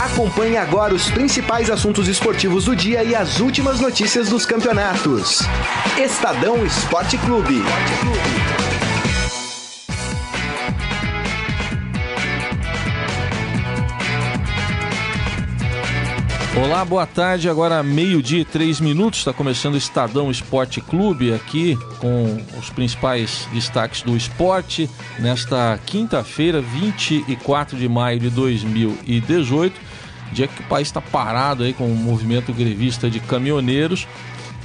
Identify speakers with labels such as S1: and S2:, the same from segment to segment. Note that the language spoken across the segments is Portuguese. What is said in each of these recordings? S1: Acompanhe agora os principais assuntos esportivos do dia e as últimas notícias dos campeonatos. Estadão Esporte Clube.
S2: Olá, boa tarde. Agora meio-dia e três minutos. Está começando o Estadão Esporte Clube aqui com os principais destaques do esporte nesta quinta-feira, 24 de maio de 2018. Dia que o país está parado aí com o movimento grevista de caminhoneiros,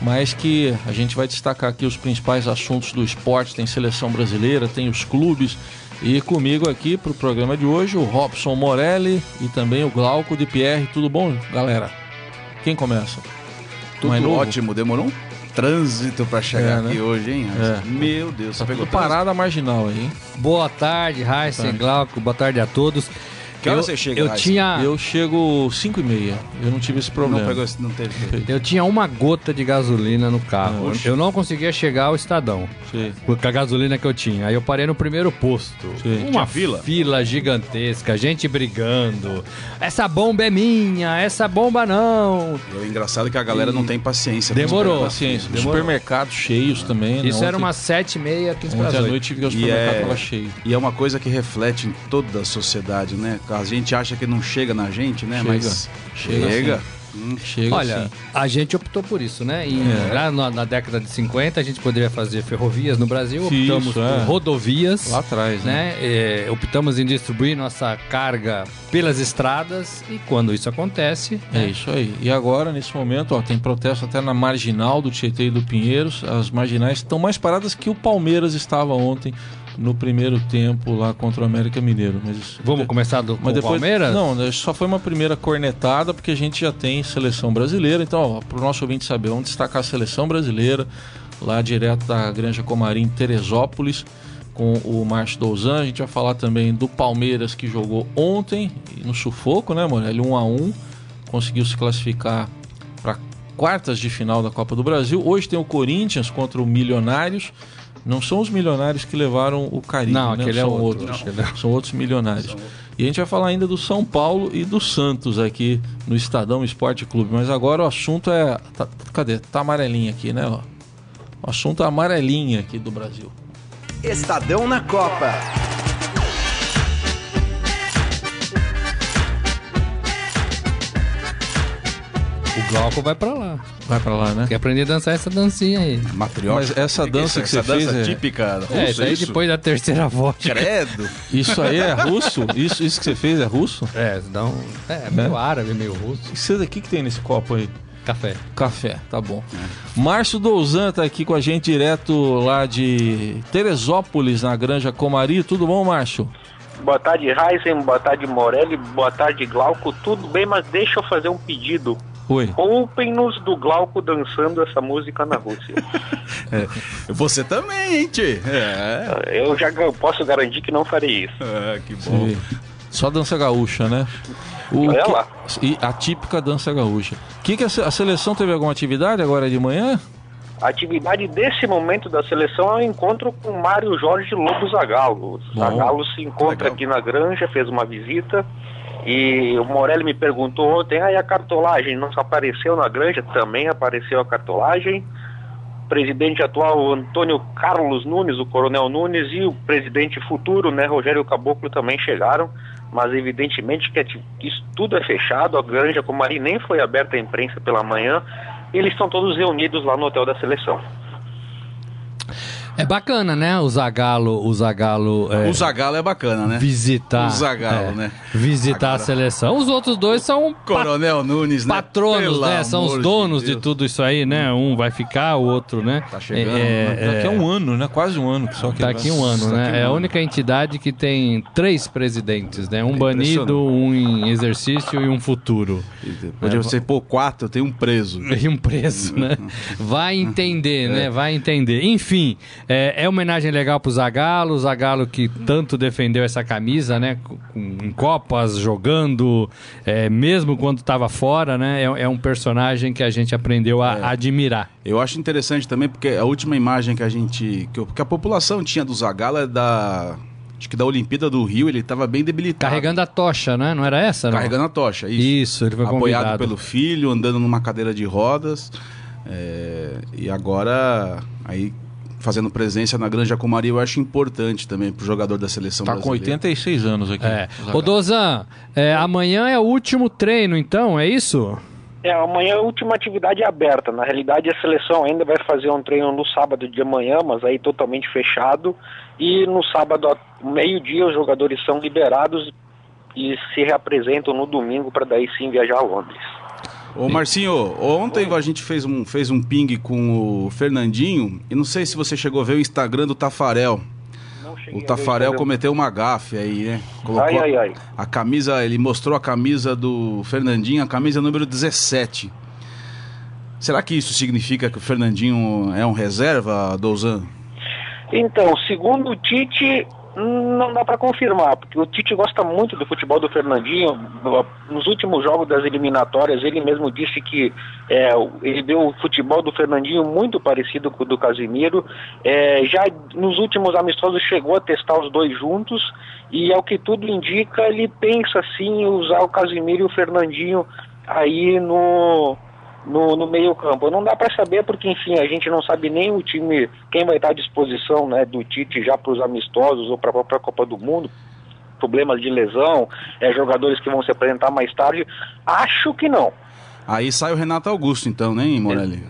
S2: mas que a gente vai destacar aqui os principais assuntos do esporte. Tem seleção brasileira, tem os clubes. E comigo aqui para o programa de hoje, o Robson Morelli e também o Glauco de Pierre. Tudo bom, galera? Quem começa?
S3: Tudo
S2: Mais novo?
S3: ótimo, demorou um trânsito pra chegar
S2: É, né?
S3: aqui hoje, hein? Anderson?
S2: É.
S3: Meu Deus, você
S2: Tá
S3: pegou
S2: tudo
S3: parado.
S2: parada marginal aí, hein?
S4: Boa tarde, Raíssa e Glauco. Boa tarde a todos.
S3: Que hora
S4: eu,
S3: você chega,
S4: eu
S3: Raíssa?
S4: tinha
S2: Eu chego 5 e meia. Eu não tive esse problema.
S3: Não pegou, esse- não teve.
S4: Eu tinha uma gota de gasolina no carro.
S3: Oxe.
S4: eu não conseguia chegar ao Estadão
S2: Sim.
S4: com a gasolina que eu tinha. Aí eu parei no primeiro posto.
S2: Sim.
S4: Uma
S3: Tinha
S4: fila.
S3: fila?
S4: gigantesca, gente brigando. Essa bomba é minha, essa bomba não.
S3: E o engraçado é que a galera não tem paciência.
S4: Demorou.
S2: Paciência.
S4: Demorou.
S2: Supermercados cheios também. né?
S4: Isso era
S2: Ontem-
S4: umas sete e meia, quinze para
S2: Ontem à
S4: as oito.
S2: noite eu vi que o
S3: E
S2: supermercado
S3: é,
S2: tava cheio.
S3: e é uma coisa que reflete em toda a sociedade, né? A gente acha que não chega na gente, né?
S2: Chega.
S3: Mas
S2: Chega,
S3: chega.
S2: Chega
S4: Olha,
S2: assim. É.
S4: a gente optou por isso, né? E Lá na, na década de 50 a gente poderia fazer ferrovias no Brasil,
S2: Sim,
S4: optamos
S2: isso,
S4: por
S2: é.
S4: rodovias.
S2: Lá atrás, né?
S4: né? É, optamos em distribuir nossa carga pelas estradas e quando isso acontece, né?
S2: É isso aí. E agora, nesse momento, ó, tem protesto até na marginal do Tietê e do Pinheiros. As marginais estão mais paradas que o Palmeiras estava ontem no primeiro tempo lá contra o América Mineiro. Mas
S4: vamos começar do com
S2: Mas
S4: o
S2: depois,
S4: Palmeiras?
S2: Não, né, só foi uma primeira cornetada, porque a gente já tem seleção brasileira. Então, para o nosso ouvinte saber, vamos destacar a seleção brasileira, lá direto da Granja Comarim, em Teresópolis, com o Márcio Douzan. A gente vai falar também do Palmeiras, que jogou ontem, e no sufoco, né, Morelli? 1 a 1 conseguiu se classificar para quartas de final da Copa do Brasil. Hoje tem o Corinthians contra o Milionários. Não são os milionários que levaram o Caribe,
S4: Não,
S2: né?
S4: aquele é
S2: são
S4: outro.
S2: outros.
S4: Aquele é
S2: São outros milionários. E a gente vai falar ainda do São Paulo e do Santos aqui no Estadão Esporte Clube. Mas agora o assunto é. tá- cadê? Tá amarelinha aqui, né? ó? O assunto é a amarelinha aqui do Brasil.
S1: Estadão na Copa.
S4: O Glauco vai pra lá.
S2: Vai pra lá, né?
S4: Quer aprender a dançar essa dancinha aí.
S3: Matriótica.
S2: Mas essa
S3: O que é
S2: dança
S3: isso?
S2: que
S3: essa
S2: você
S3: dança
S2: fez é-
S3: típica russa,
S4: é, isso aí
S3: isso?
S4: depois da terceira volta.
S3: Credo.
S2: Isso aí é russo? Isso, isso que você fez é russo?
S4: É, dá um, é meio árabe, meio russo.
S2: Isso daqui que tem nesse copo aí?
S4: Café.
S2: Café, tá bom. Márcio Douzan tá aqui com a gente direto lá de Teresópolis, na Granja Comari. Tudo bom, Márcio?
S5: Boa tarde, Heisen. Boa tarde, Morelli. Boa tarde, Glauco. Tudo bem, mas deixa eu fazer um pedido.
S2: Oi.
S5: Poupem-nos do Glauco dançando essa música na Rússia.
S3: Você também, hein, Tchê? É.
S5: Eu já ga- posso garantir que não farei isso.
S3: Ah, que bom.
S2: Sim. Só dança gaúcha, né? O
S5: Olha
S2: que-
S5: lá.
S2: E a típica dança gaúcha. Que que a, se- a seleção teve alguma atividade agora de manhã?
S5: A atividade desse momento da seleção é o encontro com Mário Jorge Lobo Zagalo.
S2: Bom,
S5: Zagalo se encontra
S3: legal.
S5: aqui na granja, fez uma visita. E o Morelli me perguntou ontem, aí a cartolagem não apareceu na granja? Também apareceu a cartolagem. O presidente atual, Antônio Carlos Nunes, o coronel Nunes, e o presidente futuro, né, Rogério Caboclo, também chegaram. Mas evidentemente que ati- que isso tudo é fechado, a granja Comari nem foi aberta à imprensa pela manhã. E eles estão todos reunidos lá no hotel da seleção.
S4: É bacana, né? O Zagalo, o Zagalo é,
S3: O Zagalo é bacana, né?
S4: visitar.
S3: o Zagalo,
S4: é,
S3: né?
S4: Visitar
S3: Agora-
S4: a seleção. Os outros dois são um
S3: Coronel Nunes, né?
S4: patronos,
S3: Pelo
S4: né? São
S3: amor
S4: os donos de,
S3: Deus.
S4: tudo isso aí, né? Um vai ficar, o outro, né?
S3: Tá chegando,
S4: É,
S3: né?
S4: é,
S2: Daqui a um ano, né? Quase um ano que só que
S4: Tá aqui um ano,
S3: Daqui um
S4: né? É a
S3: ano.
S4: única entidade que tem três presidentes, né? Um
S3: É
S4: banido, um em exercício e um futuro.
S3: Podia ser, pô, quatro, tem um preso.
S4: E um preço, né? Vai entender,
S3: É.
S4: né? Vai entender. Enfim, é, é homenagem legal pro Zagalo, o Zagalo que tanto defendeu essa camisa, né? Com- Em Copas, jogando, é, mesmo quando tava fora, né? É, é um personagem que a gente aprendeu
S3: É.
S4: a admirar.
S3: Eu acho interessante também porque a última imagem que a gente. que, o- que a população tinha do Zagala é da. acho que da Olimpíada do Rio, ele estava bem debilitado.
S4: Carregando a tocha, né? Não era essa, não?
S3: Carregando a tocha, isso.
S4: Isso, ele foi
S3: Apoiado
S4: convidado.
S3: pelo filho, andando numa cadeira de rodas. é, e agora, aí fazendo presença na Granja Comari, eu acho importante também para o jogador da seleção
S2: Tá com
S3: brasileira.
S2: 86 anos aqui.
S4: É.
S2: Zagallo.
S4: Rodozan, é, amanhã é o último treino, então, é isso?
S5: É, amanhã é a última atividade aberta. Na realidade, a seleção ainda vai fazer um treino no sábado de amanhã, mas aí totalmente fechado. E no sábado, ao meio-dia, os jogadores são liberados e se reapresentam no domingo para daí sim viajar a Londres.
S3: Ô Marcinho, ontem a gente fez um, fez um ping com o Fernandinho, e não sei se você chegou a ver o Instagram do Tafarel. O Tafarel cometeu uma gafe aí, né?
S5: Ai,
S3: a-
S5: ai, ai.
S3: a camisa, ele mostrou a camisa do Fernandinho, a camisa número 17. Será que isso significa que o Fernandinho é um reserva, Douzan?
S5: Então, segundo o Tite, hum, não dá para confirmar, porque o Tite gosta muito do futebol do Fernandinho. Nos últimos jogos das eliminatórias, ele mesmo disse que é, o- ele deu o futebol do Fernandinho muito parecido com o do Casimiro. É, já nos últimos amistosos chegou a testar os dois juntos e, ao que tudo indica, ele pensa sim em usar o Casimiro e o Fernandinho aí no, no, no meio campo. Não dá para saber porque, enfim, a gente não sabe nem o time, quem vai estar à disposição né, do Tite já para os amistosos ou para a própria Copa do Mundo. Problemas de lesão, é, jogadores que vão se apresentar mais tarde. Acho que não.
S3: Aí sai o Renato Augusto, então, né, hein, Morelli?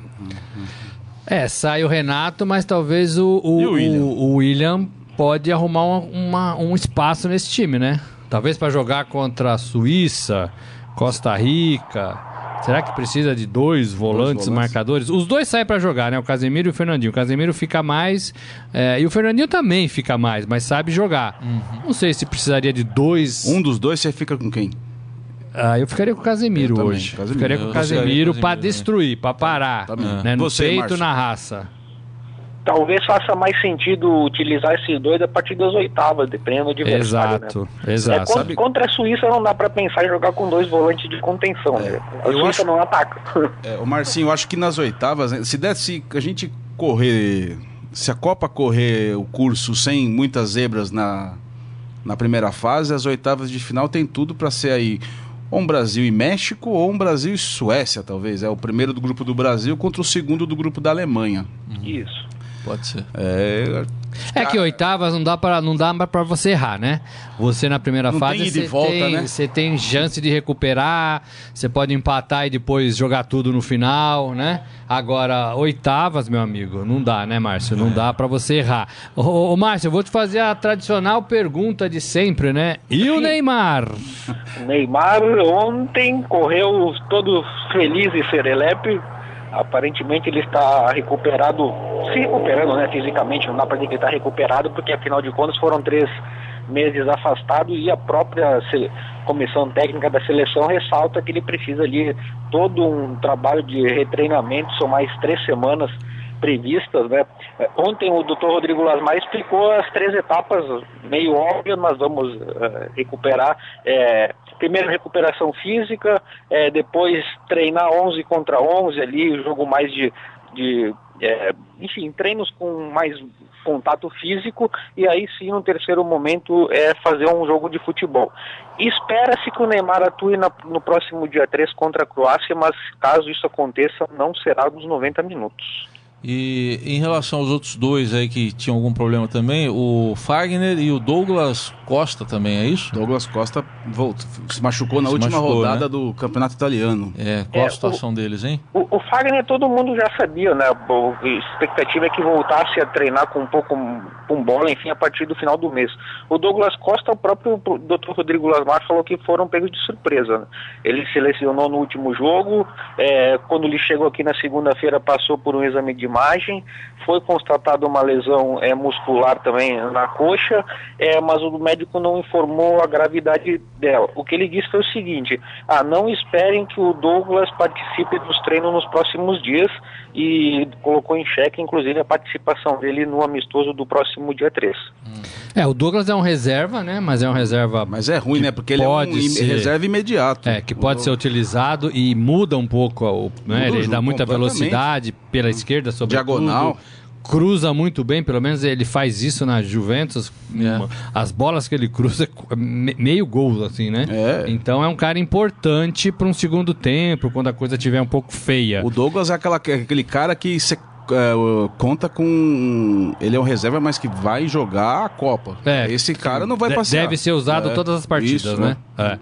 S4: É, sai o Renato, mas talvez o, o,
S3: E o William?
S4: o- o William pode arrumar uma- uma- um espaço nesse time, né? Talvez pra jogar contra a Suíça, Costa Rica. Será que precisa de dois volantes,
S3: volantes.
S4: marcadores? Os dois saem pra jogar, né? O Casemiro e o Fernandinho. O Casemiro fica mais é, e o Fernandinho também fica mais, mas sabe jogar. Não sei se precisaria de dois.
S3: Um dos dois você fica com quem?
S4: Ah, eu ficaria com o Casemiro
S3: Eu também,
S4: hoje.
S3: Casemiro. Tá,
S4: Ficaria com o
S2: Eu ficaria com o
S4: Casemiro pra
S2: Casemiro, né?
S4: destruir, pra parar,
S3: Também.
S4: né? No
S3: Você,
S4: peito,
S3: Márcio?
S4: na raça.
S5: Talvez faça mais sentido utilizar esses dois a partir das oitavas, dependendo do adversário. né?
S4: Exato,
S5: É,
S4: exato.
S5: con- Contra a Suíça não dá para pensar em jogar com dois volantes de contenção. né? A
S4: É.
S3: eu
S5: Suíça
S3: acho-
S5: não ataca.
S3: É, o Marcinho, eu acho que nas oitavas, né, se desse a gente correr, se a Copa correr o curso sem muitas zebras na, na primeira fase, as oitavas de final tem tudo para ser aí ou um Brasil e México ou um Brasil e Suécia, talvez. É o primeiro do grupo do Brasil contra o segundo do grupo da Alemanha.
S5: Isso.
S2: Pode ser.
S3: É,
S4: É que oitavas não dá para não dá para você errar, né? Você na primeira
S3: Não
S4: fase
S3: tem ida e
S4: você
S3: volta,
S4: tem,
S3: né?
S4: você tem chance de recuperar, você pode empatar e depois jogar tudo no final, né? Agora oitavas, meu amigo, não dá, né, Márcio?
S3: É.
S4: Não dá para você errar. Ô, ô, ô, Márcio, eu vou te fazer a tradicional pergunta de sempre, né? E o Neymar?
S5: O Neymar ontem correu todo feliz e serelepe. Aparentemente ele está recuperado, se recuperando né, fisicamente, não dá para dizer que ele está recuperado, porque afinal de contas foram três meses afastado e a própria se- comissão técnica da seleção ressalta que ele precisa ali todo um trabalho de retreinamento, são mais três semanas previstas, né? Eh, Ontem o doutor Rodrigo Lasmar explicou as três etapas, meio óbvias, mas vamos eh, recuperar. eh, primeiro, recuperação física, eh, depois treinar 11 contra 11 ali, jogo mais de... de eh, enfim, treinos com mais contato físico e aí sim, no terceiro momento, é fazer um jogo de futebol. Espera-se que o Neymar atue na- no próximo dia 3 contra a Croácia, mas caso isso aconteça, não será dos 90 minutos.
S2: E em relação aos outros dois aí que tinham algum problema também, o Fagner e o Douglas Costa também, é isso?
S3: Douglas Costa voltou, se machucou na
S2: Se
S3: última
S2: machucou,
S3: rodada
S2: né?
S3: do Campeonato Italiano.
S2: É, qual
S5: É,
S2: a situação deles, hein?
S5: O, o Fagner todo mundo já sabia, né? Bo- A expectativa é que voltasse a treinar com um pouco com bola, enfim, a partir do final do mês. O Douglas Costa, o próprio pro- Dr. Rodrigo Lasmar falou que foram pegos de surpresa. Né? Ele se lesionou no último jogo, é, quando ele chegou aqui na segunda-feira passou por um exame de imagem, foi constatada uma lesão é, muscular também na coxa, é, mas o médico não informou a gravidade dela. O que ele disse foi o seguinte: ah, não esperem que o Douglas participe dos treinos nos próximos dias e colocou em xeque, inclusive, a participação dele no amistoso do próximo dia 3.
S4: É, o Douglas é um reserva, né? Mas é um reserva
S3: Mas é ruim, né? Porque ele é um
S4: pode
S3: im-
S4: ser.
S3: reserva imediato.
S4: É, que pode ser utilizado e muda um pouco, o-
S3: Muda
S4: né?
S3: o
S4: ele
S3: jogo
S4: dá muita
S3: completamente.
S4: velocidade pela esquerda, sobretudo.
S3: Diagonal.
S4: cruza muito bem, pelo menos ele faz isso na Juventus.
S2: É.
S4: As bolas que ele cruza é cu- é me- meio gol, assim, né?
S3: É.
S4: Então é um cara importante para um segundo tempo, quando a coisa tiver um pouco feia.
S3: O Douglas é aquela- aquele cara que você é, o- conta com. Ele é um reserva, mas que vai jogar a Copa.
S4: É,
S3: Esse cara não vai
S4: De-
S3: passar.
S4: Deve ser usado
S3: É,
S4: todas as partidas,
S3: isso, Uhum.
S4: né? É.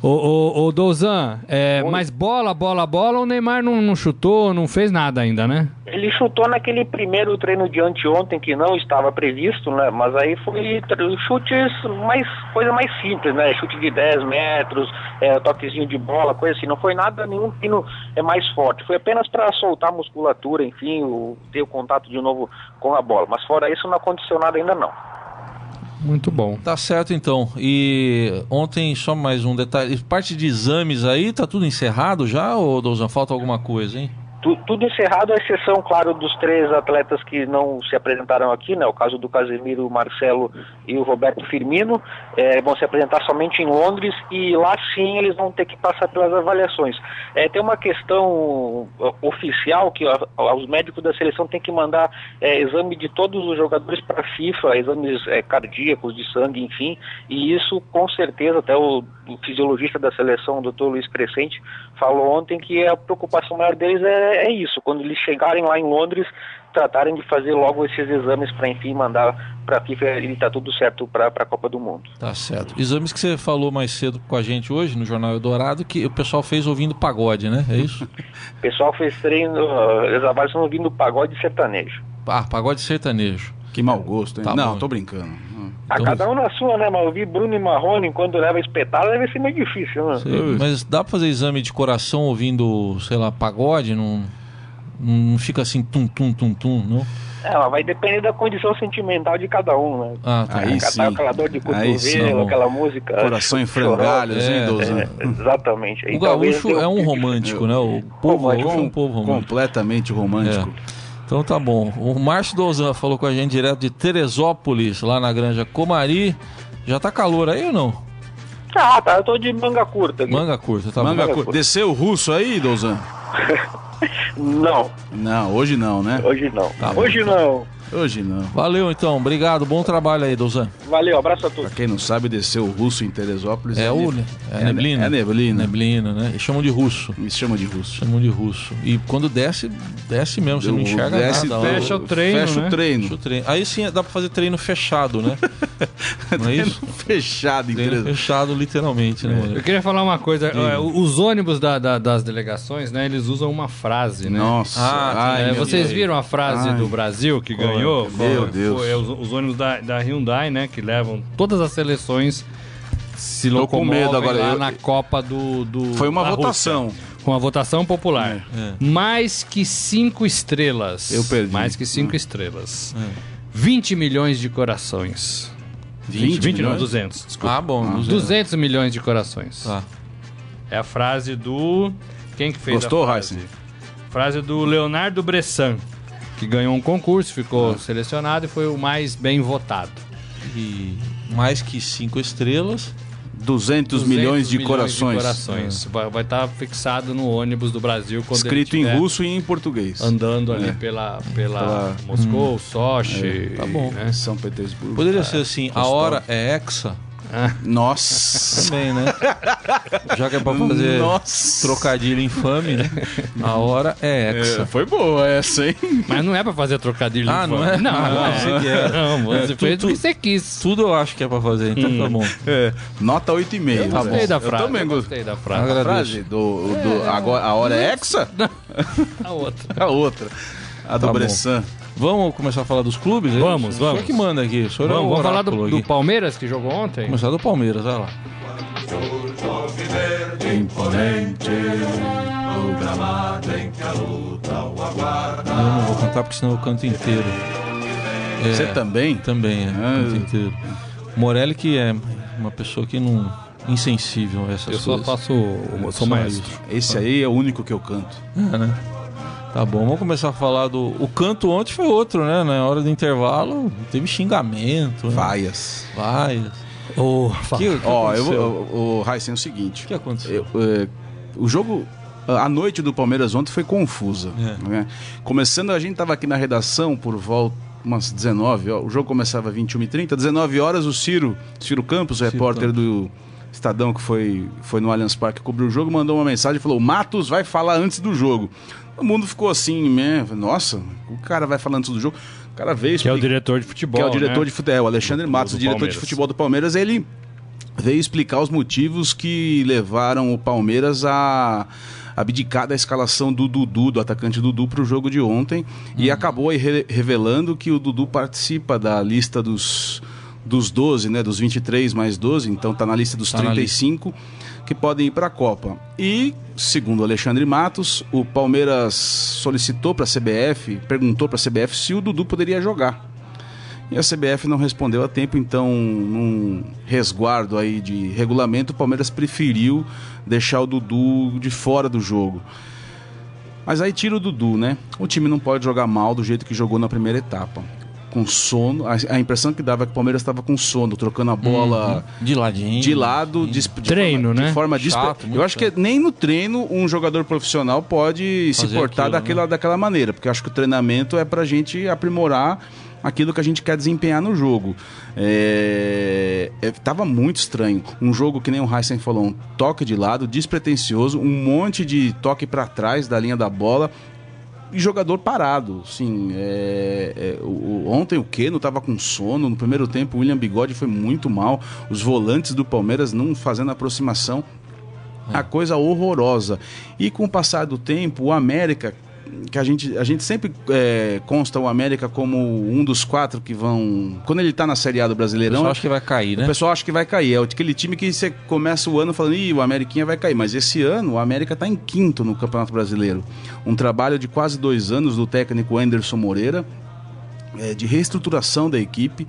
S4: O, o, o Dozan, é,
S5: Oi.
S4: mas bola, bola, bola, o Neymar não, não chutou, não fez nada ainda, né?
S5: Ele chutou naquele primeiro treino de anteontem que não estava previsto, né? Mas aí foi tr- chutes mais coisa mais simples, né? Chute de 10 metros, é, toquezinho de bola, coisa assim. Não foi nada nenhum pino é mais forte. Foi apenas para soltar a musculatura, enfim, o- ter o contato de novo com a bola. Mas fora isso não aconteceu nada ainda não.
S4: Muito bom.
S2: Tá certo então. E ontem, só mais um detalhe. Parte de exames aí, tá tudo encerrado já, ou Douzan? Falta alguma coisa, hein?
S5: Tu- tudo encerrado, à exceção, claro, dos três atletas que não se apresentaram aqui, né? O caso do Casemiro, o Marcelo e o Roberto Firmino, eh, vão se apresentar somente em Londres e lá sim eles vão ter que passar pelas avaliações. Eh, tem uma questão ó, oficial que ó, os médicos da seleção têm que mandar eh, exame de todos os jogadores para a FIFA, exames eh, cardíacos, de sangue, enfim, e isso com certeza até o, o fisiologista da seleção, o doutor Luiz Crescente, falou ontem que a preocupação maior deles é, é isso, quando eles chegarem lá em Londres, tratarem de fazer logo esses exames para enfim mandar para a FIFA e tá tudo certo para a Copa do Mundo.
S2: Tá certo. Exames que você falou mais cedo com a gente hoje no Jornal Eldorado, que o pessoal fez ouvindo pagode, né? É isso?
S5: O pessoal fez treino, ah, eles avaliam estão ouvindo pagode e sertanejo.
S2: Ah, pagode sertanejo.
S3: Que mau gosto, hein?
S2: Tá
S3: não,
S2: bom.
S3: tô brincando. Hum.
S5: A
S2: Então-
S5: cada um na sua, né? Mas ouvir Bruno e Marrone enquanto leva espetáculo deve ser meio difícil, né?
S2: Sei, Mas dá pra fazer exame de coração ouvindo, sei lá, pagode? Não, não fica assim tum, tum, tum, tum, não?
S5: É, mas vai depender da condição sentimental de cada um, né?
S2: Ah, tá.
S3: Aí
S5: Aquela-
S3: sim.
S5: Aquela dor de
S3: Aí sim,
S5: cotovelo,
S2: bom.
S5: aquela música.
S3: Coração em frangalhos,
S2: É,
S3: hein, Dozan?
S5: Exatamente. Então,
S2: O
S5: Aí talvez
S2: gaúcho
S5: dê
S2: é um
S5: pique.
S2: romântico, né? O povo gaúcho é um povo romântico.
S3: Completamente romântico.
S2: Então tá bom. O Márcio Dozan falou com a gente direto de Teresópolis, lá na Granja Comari. Já tá calor aí ou não?
S5: Ah, tá. Eu tô de manga curta. aqui.
S2: Manga curta, tá
S3: Manga
S2: bom.
S3: curta. Desceu o russo aí, Dozan?
S5: Não,
S3: Não, hoje não, né?
S5: hoje não.
S2: Tá bom.
S5: hoje não.
S3: Hoje não.
S2: Valeu então, obrigado. Bom trabalho aí, Dozan.
S5: Valeu, abraço a todos.
S3: Pra quem não sabe, desceu o russo em Teresópolis.
S2: É o
S3: ele-
S2: é neblina.
S3: É neblina.
S2: Neblina, né? E chamam de russo.
S3: Me chama de russo.
S2: Chamam de russo. E quando desce, desce mesmo, você não enxerga
S3: Desce,
S2: nada.
S4: fecha o treino,
S3: Fecha
S4: né?
S3: o treino.
S2: Deixa eu treino. Aí sim dá pra fazer treino fechado, né? Não é isso?
S3: Fechado,
S2: Treino
S3: interessante.
S2: fechado, literalmente, né?
S4: Eu
S2: mano?
S4: queria falar uma coisa, é, o- os ônibus da- da- das delegações, né, eles usam uma frase, né?
S3: Nossa.
S2: Ah,
S4: É,
S3: ai, meu
S4: vocês
S3: Deus.
S4: viram a frase
S3: Ai. é?
S4: do Brasil que ganhou?
S3: meu
S4: Foi-
S3: Deus.
S4: foi é os, os ônibus da, da Hyundai, né? Que levam todas as seleções se
S3: Tô com
S4: locomovem
S3: medo agora,
S4: lá
S3: eu-
S4: na Copa do... do-
S3: Foi uma
S4: da Rússia,
S3: votação.
S4: com a votação popular.
S2: É.
S4: Mais que cinco estrelas.
S3: Eu perdi. É.
S4: Mais que cinco estrelas.
S2: É.
S4: 20 milhões de corações.
S3: 20
S4: não,
S3: milhões?
S4: 200, desculpa.
S2: Ah, bom. 200.
S4: 200 milhões de corações.
S2: Tá.
S4: É a frase do. Quem que fez
S3: Gostou,
S4: a frase?
S3: Heisen?
S4: Frase do Leonardo Bressan, que ganhou um concurso, ficou selecionado e foi o mais bem votado.
S2: E mais que cinco estrelas.
S3: 200 milhões de corações.
S4: corações. Vai- Vai estar fixado no ônibus do Brasil quando ele
S3: Escrito em
S4: tiver
S3: russo e em português.
S4: Andando ali pela, pela Moscou, Sochi.
S2: tá bom.
S4: né?
S3: É, São Petersburgo.
S2: Poderia ser assim, a hora é hexa.
S3: Nossa.
S2: Também, né? Já que é pra fazer
S3: Nossa.
S2: trocadilho infame, né? A hora é hexa.
S3: É, foi boa essa, hein?
S4: Mas não é pra fazer trocadilho.
S2: Ah, não é?
S4: Não,
S2: Ah,
S4: não é.
S2: você quer.
S4: Não,
S2: tu-
S4: você fez o
S2: tu-
S4: que você quis.
S2: Tudo eu acho que é pra fazer, então
S4: Hum.
S2: tá bom.
S3: É, nota 8,5.
S2: Tá
S4: Gostei
S2: bom.
S4: da
S3: Eu
S4: frase.
S3: também
S4: gostei da frase.
S2: Agradeço.
S3: A frase do, do- agora, a hora é hexa?
S4: A outra.
S3: A outra. A do
S2: bom.
S3: Bressan.
S2: Vamos começar a falar dos clubes? é isso?
S4: Vamos,
S2: O senhor
S4: vamos.
S2: que manda aqui. O senhor é
S4: Vamos,
S2: o
S4: vamos falar
S2: oráculo
S4: do, do
S2: aqui.
S4: Palmeiras que jogou ontem?
S2: Começar do Palmeiras, vai lá. Eu Ah, não vou cantar porque senão eu canto inteiro. É,
S3: Você também?
S2: Também, é, canto inteiro. Morelli que é uma pessoa que não... Insensível a essas
S4: Eu só
S2: coisas.
S4: faço. Eu sou
S2: Só
S4: maestro.
S2: isso.
S3: Esse aí é o único que eu canto.
S2: É, né? Tá bom, vamos começar a falar do... O canto ontem foi outro, né? Na hora do intervalo teve xingamento. né?
S3: Vaias.
S2: Vai.
S4: Ô,
S2: Que,
S4: que-
S2: que
S3: Ó, eu,
S2: aconteceu?
S3: eu, o Heisen é o seguinte.
S2: O que aconteceu?
S3: Eu, é, o jogo A noite do Palmeiras ontem foi confusa.
S2: É.
S3: né? Começando, a gente estava aqui na redação por volta umas 19 horas. O jogo começava 21h30, 19 horas o Ciro, Ciro Campos, o repórter do Estadão que foi, foi no Allianz Parque cobriu o jogo, mandou uma mensagem e falou: Matos vai falar antes do jogo. O mundo ficou assim, né? Nossa, o cara vai falar antes do jogo. O cara veio
S4: Que é o
S3: explica-
S4: diretor de futebol.
S3: que é o diretor
S4: né?
S3: de futebol, o Alexandre Matos,
S4: do
S3: o diretor de
S4: Palmeiras.
S3: futebol do Palmeiras, ele veio explicar os motivos que levaram o Palmeiras a abdicar da escalação do Dudu, do atacante Dudu, para o jogo de ontem.
S4: Uhum.
S3: E acabou aí re- revelando que o Dudu participa da lista dos, dos 12, né? Dos 23 mais 12, então tá na lista dos
S2: Tá na lista.
S3: 35 que podem ir para a Copa. E, segundo Alexandre Matos, o Palmeiras solicitou para a CBF, perguntou para a CBF se o Dudu poderia jogar. E a CBF não respondeu a tempo, então, num resguardo aí de regulamento, o Palmeiras preferiu deixar o Dudu de fora do jogo. Mas aí tira o Dudu, né? O time não pode jogar mal do jeito que jogou na primeira etapa. Com sono, a, a impressão que dava é que o Palmeiras estava com sono, trocando a bola
S2: De ladinho.
S3: de lado, de, de
S4: Treino,
S3: forma,
S4: né?
S3: de forma dispa-
S2: Chato, muito
S3: Eu acho que
S2: chato.
S3: nem no treino um jogador profissional pode
S2: Fazer
S3: se portar
S2: aquilo, né?
S3: daquela, daquela maneira, porque eu acho que o treinamento é pra gente aprimorar aquilo que a gente quer desempenhar no jogo. É... é- tava muito estranho. Um jogo que nem o Heisen falou, um toque de lado, despretensioso, um monte de toque pra trás da linha da bola, e jogador parado. Sim, é, é, o- o- ontem o Keno estava com sono. No primeiro tempo, o William Bigode foi muito mal. Os volantes do Palmeiras não fazendo aproximação. A coisa horrorosa. E com o passar do tempo, o América, que a gente, a gente sempre é, consta o América como um dos quatro que vão. Quando ele está na Série A do
S2: O pessoal
S3: Brasileirão, é
S2: acha que vai cair, né?
S3: o pessoal acha que vai cair. É aquele time que você começa o ano falando, ih, o Ameriquinha vai cair. Mas esse ano o América está em quinto no Campeonato Brasileiro. Um trabalho de quase dois anos do técnico Anderson Moreira, é, de reestruturação da equipe.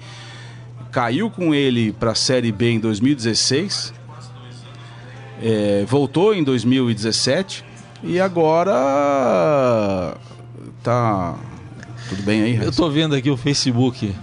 S3: Caiu com ele para a Série B em 2016. É, voltou em 2017. E agora. Tá. Tudo bem aí,
S2: Eu
S3: Raíssa?
S2: tô vendo aqui o Facebook.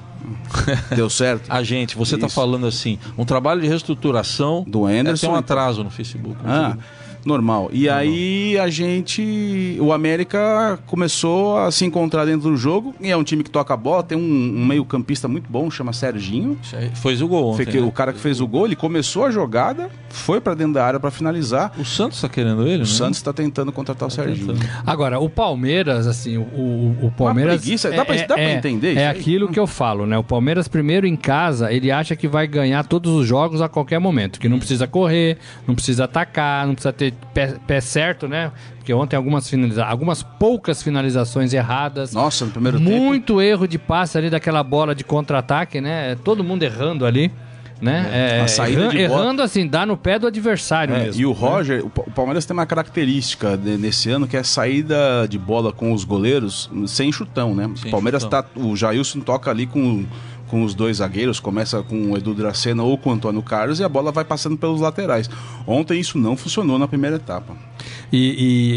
S3: Deu certo?
S2: A gente, você tá
S3: Isso.
S2: falando assim, um trabalho de reestruturação.
S3: Do Anderson.
S2: Tem
S3: então
S2: um atraso no Facebook.
S3: Ah, normal. E aí a gente. O América começou a se encontrar dentro do jogo. E é um time que toca a bola, tem um, um meio-campista muito bom, chama Serginho.
S2: Isso aí Foi o gol ontem.
S3: Fe- que-
S2: né?
S3: O cara que fez o gol, ele começou a jogada, foi pra dentro da área pra finalizar.
S2: O Santos tá querendo ele,
S3: O Santos tá tentando contratar o Serginho.
S2: tentando.
S4: Agora, o Palmeiras, assim, o, o, o Palmeiras.
S3: preguiça, dá pra- dá pra entender isso
S4: É
S3: aí?
S4: aquilo que eu falo, né? O Palmeiras, primeiro em casa, ele acha que vai ganhar todos os jogos a qualquer momento. Que não precisa correr, não precisa atacar, não precisa ter pé, pé certo, né? Porque ontem algumas finaliza algumas poucas finalizações erradas.
S3: Nossa, no primeiro tempo.
S4: Muito erro de passe ali daquela bola de contra-ataque, né? Todo mundo errando ali. Né? É,
S3: A saída de bola-
S4: Errando assim, dá no pé do adversário
S3: É,
S4: mesmo.
S3: e o Roger, o Pa- o Palmeiras tem uma característica de- nesse ano que é a saída de bola com os goleiros sem chutão, né?
S2: Sem
S3: o Palmeiras
S2: chutão.
S3: tá. O Jailson toca ali com, com os dois zagueiros, começa com o Edu Dracena ou com o Antônio Carlos e a bola vai passando pelos laterais. Ontem isso não funcionou na primeira etapa.
S4: E,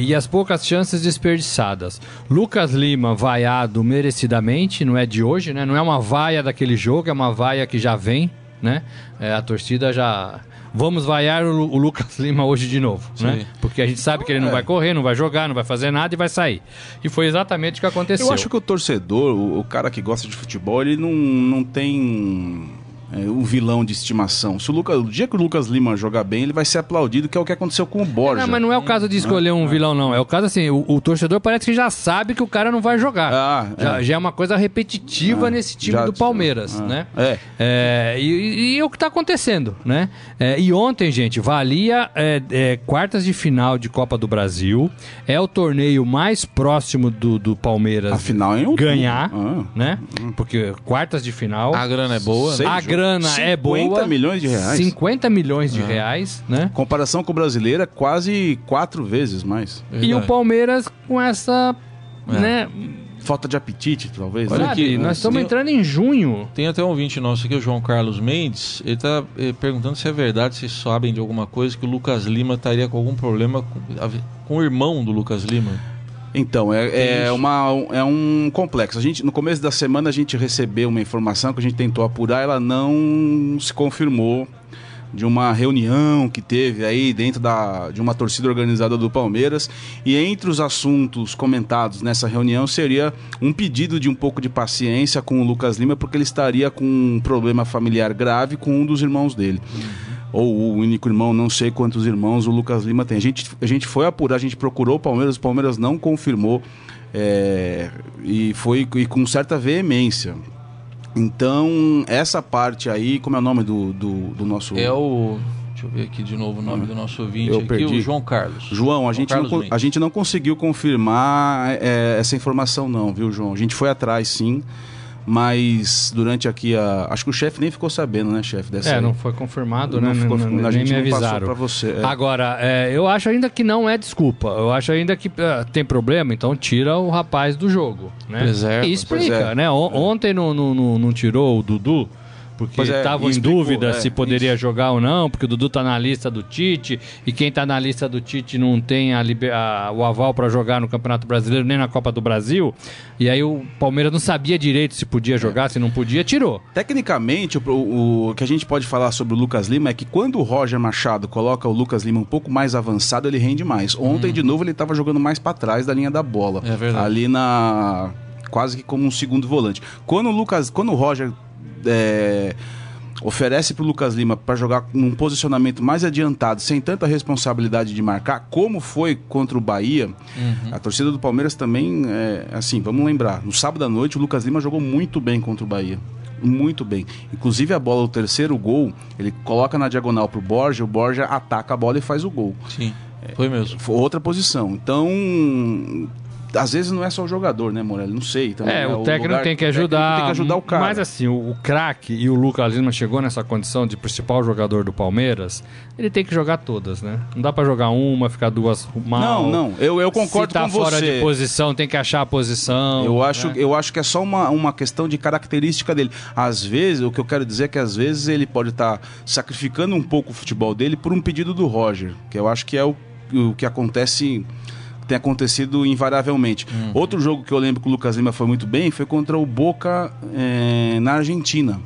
S4: e- e as poucas chances desperdiçadas. Lucas Lima vaiado merecidamente, não é de hoje, né? Não é uma vaia daquele jogo, é uma vaia que já vem, né? É, a torcida já. Vamos vaiar o, Lu- o Lucas Lima hoje de novo, né? Porque a gente sabe que ele não vai correr, não vai jogar, não vai fazer nada e vai sair. E foi exatamente o que aconteceu.
S3: Eu acho que o torcedor, o, o cara que gosta de futebol, ele não, não tem é, um vilão de estimação. Se o, Lucas, o dia que o Lucas Lima jogar bem, ele vai ser aplaudido, que é o que aconteceu com o Borja.
S4: Não, mas não é o caso de escolher um vilão, não. É o caso assim, o, o torcedor parece que já sabe que o cara não vai jogar.
S3: Ah,
S4: já, já é uma coisa repetitiva nesse time
S3: já-
S4: do Palmeiras,
S3: ah,
S4: né?
S3: é.
S4: É, e, e é o que tá acontecendo, né? É, e ontem, gente, valia é, é, quartas de final de Copa do Brasil. É o torneio mais próximo do, do Palmeiras
S3: Afinal, em outubro.
S4: ganhar,
S3: Ah.
S4: né? Porque quartas de final.
S2: A grana é boa.
S3: Sei.
S2: né?
S4: a grana é
S3: 50
S4: boa.
S3: milhões de reais. É.
S4: 50 milhões de reais, né?
S3: Comparação com o brasileiro é quase quatro vezes mais.
S4: E o
S2: Verdade. É.
S4: Palmeiras com essa. Né?
S3: Falta de apetite, talvez.
S2: Olha
S3: né?
S4: Sabe,
S2: aqui,
S4: nós estamos
S2: tem-
S4: entrando em junho.
S2: Tem até um ouvinte nosso aqui, o João Carlos Mendes. Ele está perguntando se é verdade, se sabem de alguma coisa, que o Lucas Lima estaria com algum problema com, a ver- com o irmão do Lucas Lima.
S3: Então, é, é,
S2: Isso.
S3: uma, é um complexo. A gente, no começo da semana a gente recebeu uma informação que a gente tentou apurar, ela não se confirmou. de uma reunião que teve aí dentro da, de uma torcida organizada do Palmeiras. E entre os assuntos comentados nessa reunião seria um pedido de um pouco de paciência com o Lucas Lima, porque ele estaria com um problema familiar grave com um dos irmãos dele. Ou o único irmão, não sei quantos irmãos o Lucas Lima tem. A gente, a gente foi apurar, a gente procurou o Palmeiras, o Palmeiras não confirmou. é, e foi e com certa veemência. Então, essa parte aí, como é o nome do, do, do nosso.
S2: É o. Deixa eu ver aqui de novo o nome do nosso ouvinte
S3: Eu
S2: aqui,
S3: perdi.
S2: o João Carlos.
S3: João, a gente,
S2: Carlos
S3: não, con-
S2: Mendes.
S3: a gente não conseguiu confirmar é, essa informação, não, viu, João? A gente foi atrás, sim, mas durante aqui a. Acho que o chefe nem ficou sabendo, né, chefe? Dessa
S4: É,
S3: aí.
S4: não foi confirmado,
S3: Não
S4: né?
S3: ficou-
S4: Nem-
S3: a
S4: nem
S3: gente
S4: me
S3: não passou
S4: avisaram.
S3: pra você, é.
S4: Agora, é, eu acho ainda que não é desculpa. Eu acho ainda que ah, tem problema, então tira o rapaz do jogo. Né?
S2: Preserva,
S4: e explica,
S3: preserva.
S4: né? On- ontem não, não- não- não tirou o Dudu. Porque
S3: Pois é,
S4: estavam
S3: e
S4: em
S3: explicou,
S4: dúvida
S3: é,
S4: se poderia jogar ou não, porque o Dudu tá na lista do Tite, e quem tá na lista do Tite não tem a liber- a- o aval para jogar no Campeonato Brasileiro nem na Copa do Brasil. E aí o Palmeiras não sabia direito se podia jogar, se não podia, tirou.
S3: Tecnicamente, o, o- o que a gente pode falar sobre o Lucas Lima é que quando o Roger Machado coloca o Lucas Lima um pouco mais avançado, ele rende mais. Ontem, de novo, ele estava jogando mais para trás da linha da bola.
S2: Hum. É verdade.
S3: Ali na. quase que como um segundo volante. Quando o Lucas. Quando o Roger. é, oferece para o Lucas Lima para jogar num posicionamento mais adiantado, sem tanta responsabilidade de marcar, como foi contra o Bahia, a torcida do Palmeiras também, é, assim, vamos lembrar, no sábado à noite o Lucas Lima jogou muito bem contra o Bahia. Muito bem. Inclusive a bola, o terceiro gol, ele coloca na diagonal pro Borja, o Borja ataca a bola e faz o gol.
S2: Sim, foi mesmo.
S3: Foi outra posição. Então, às vezes não é só o jogador, né, Morelli? Não sei. Também,
S4: É,
S3: né?
S4: o, técnico
S3: lugar-
S4: tem que
S3: o técnico
S4: ajudar.
S3: Tem que ajudar o cara.
S4: Mas assim, o, o craque e o Lucas Lima chegou nessa condição de principal jogador do Palmeiras, ele tem que jogar todas, né? Não dá pra jogar uma, ficar duas mal.
S3: Não, não. Eu, eu concordo
S4: assim, Se tá
S3: com
S4: fora
S3: você.
S4: de posição, tem que achar a posição.
S3: Eu acho,
S4: né?
S3: eu acho que é só uma, uma questão de característica dele. Às vezes, o que eu quero dizer é que às vezes ele pode estar sacrificando um pouco o futebol dele por um pedido do Roger, que eu acho que é o, o que acontece. Tem acontecido invariavelmente.
S4: Hum.
S3: Outro jogo que eu lembro que o Lucas Lima foi muito bem foi contra o Boca eh, na Argentina.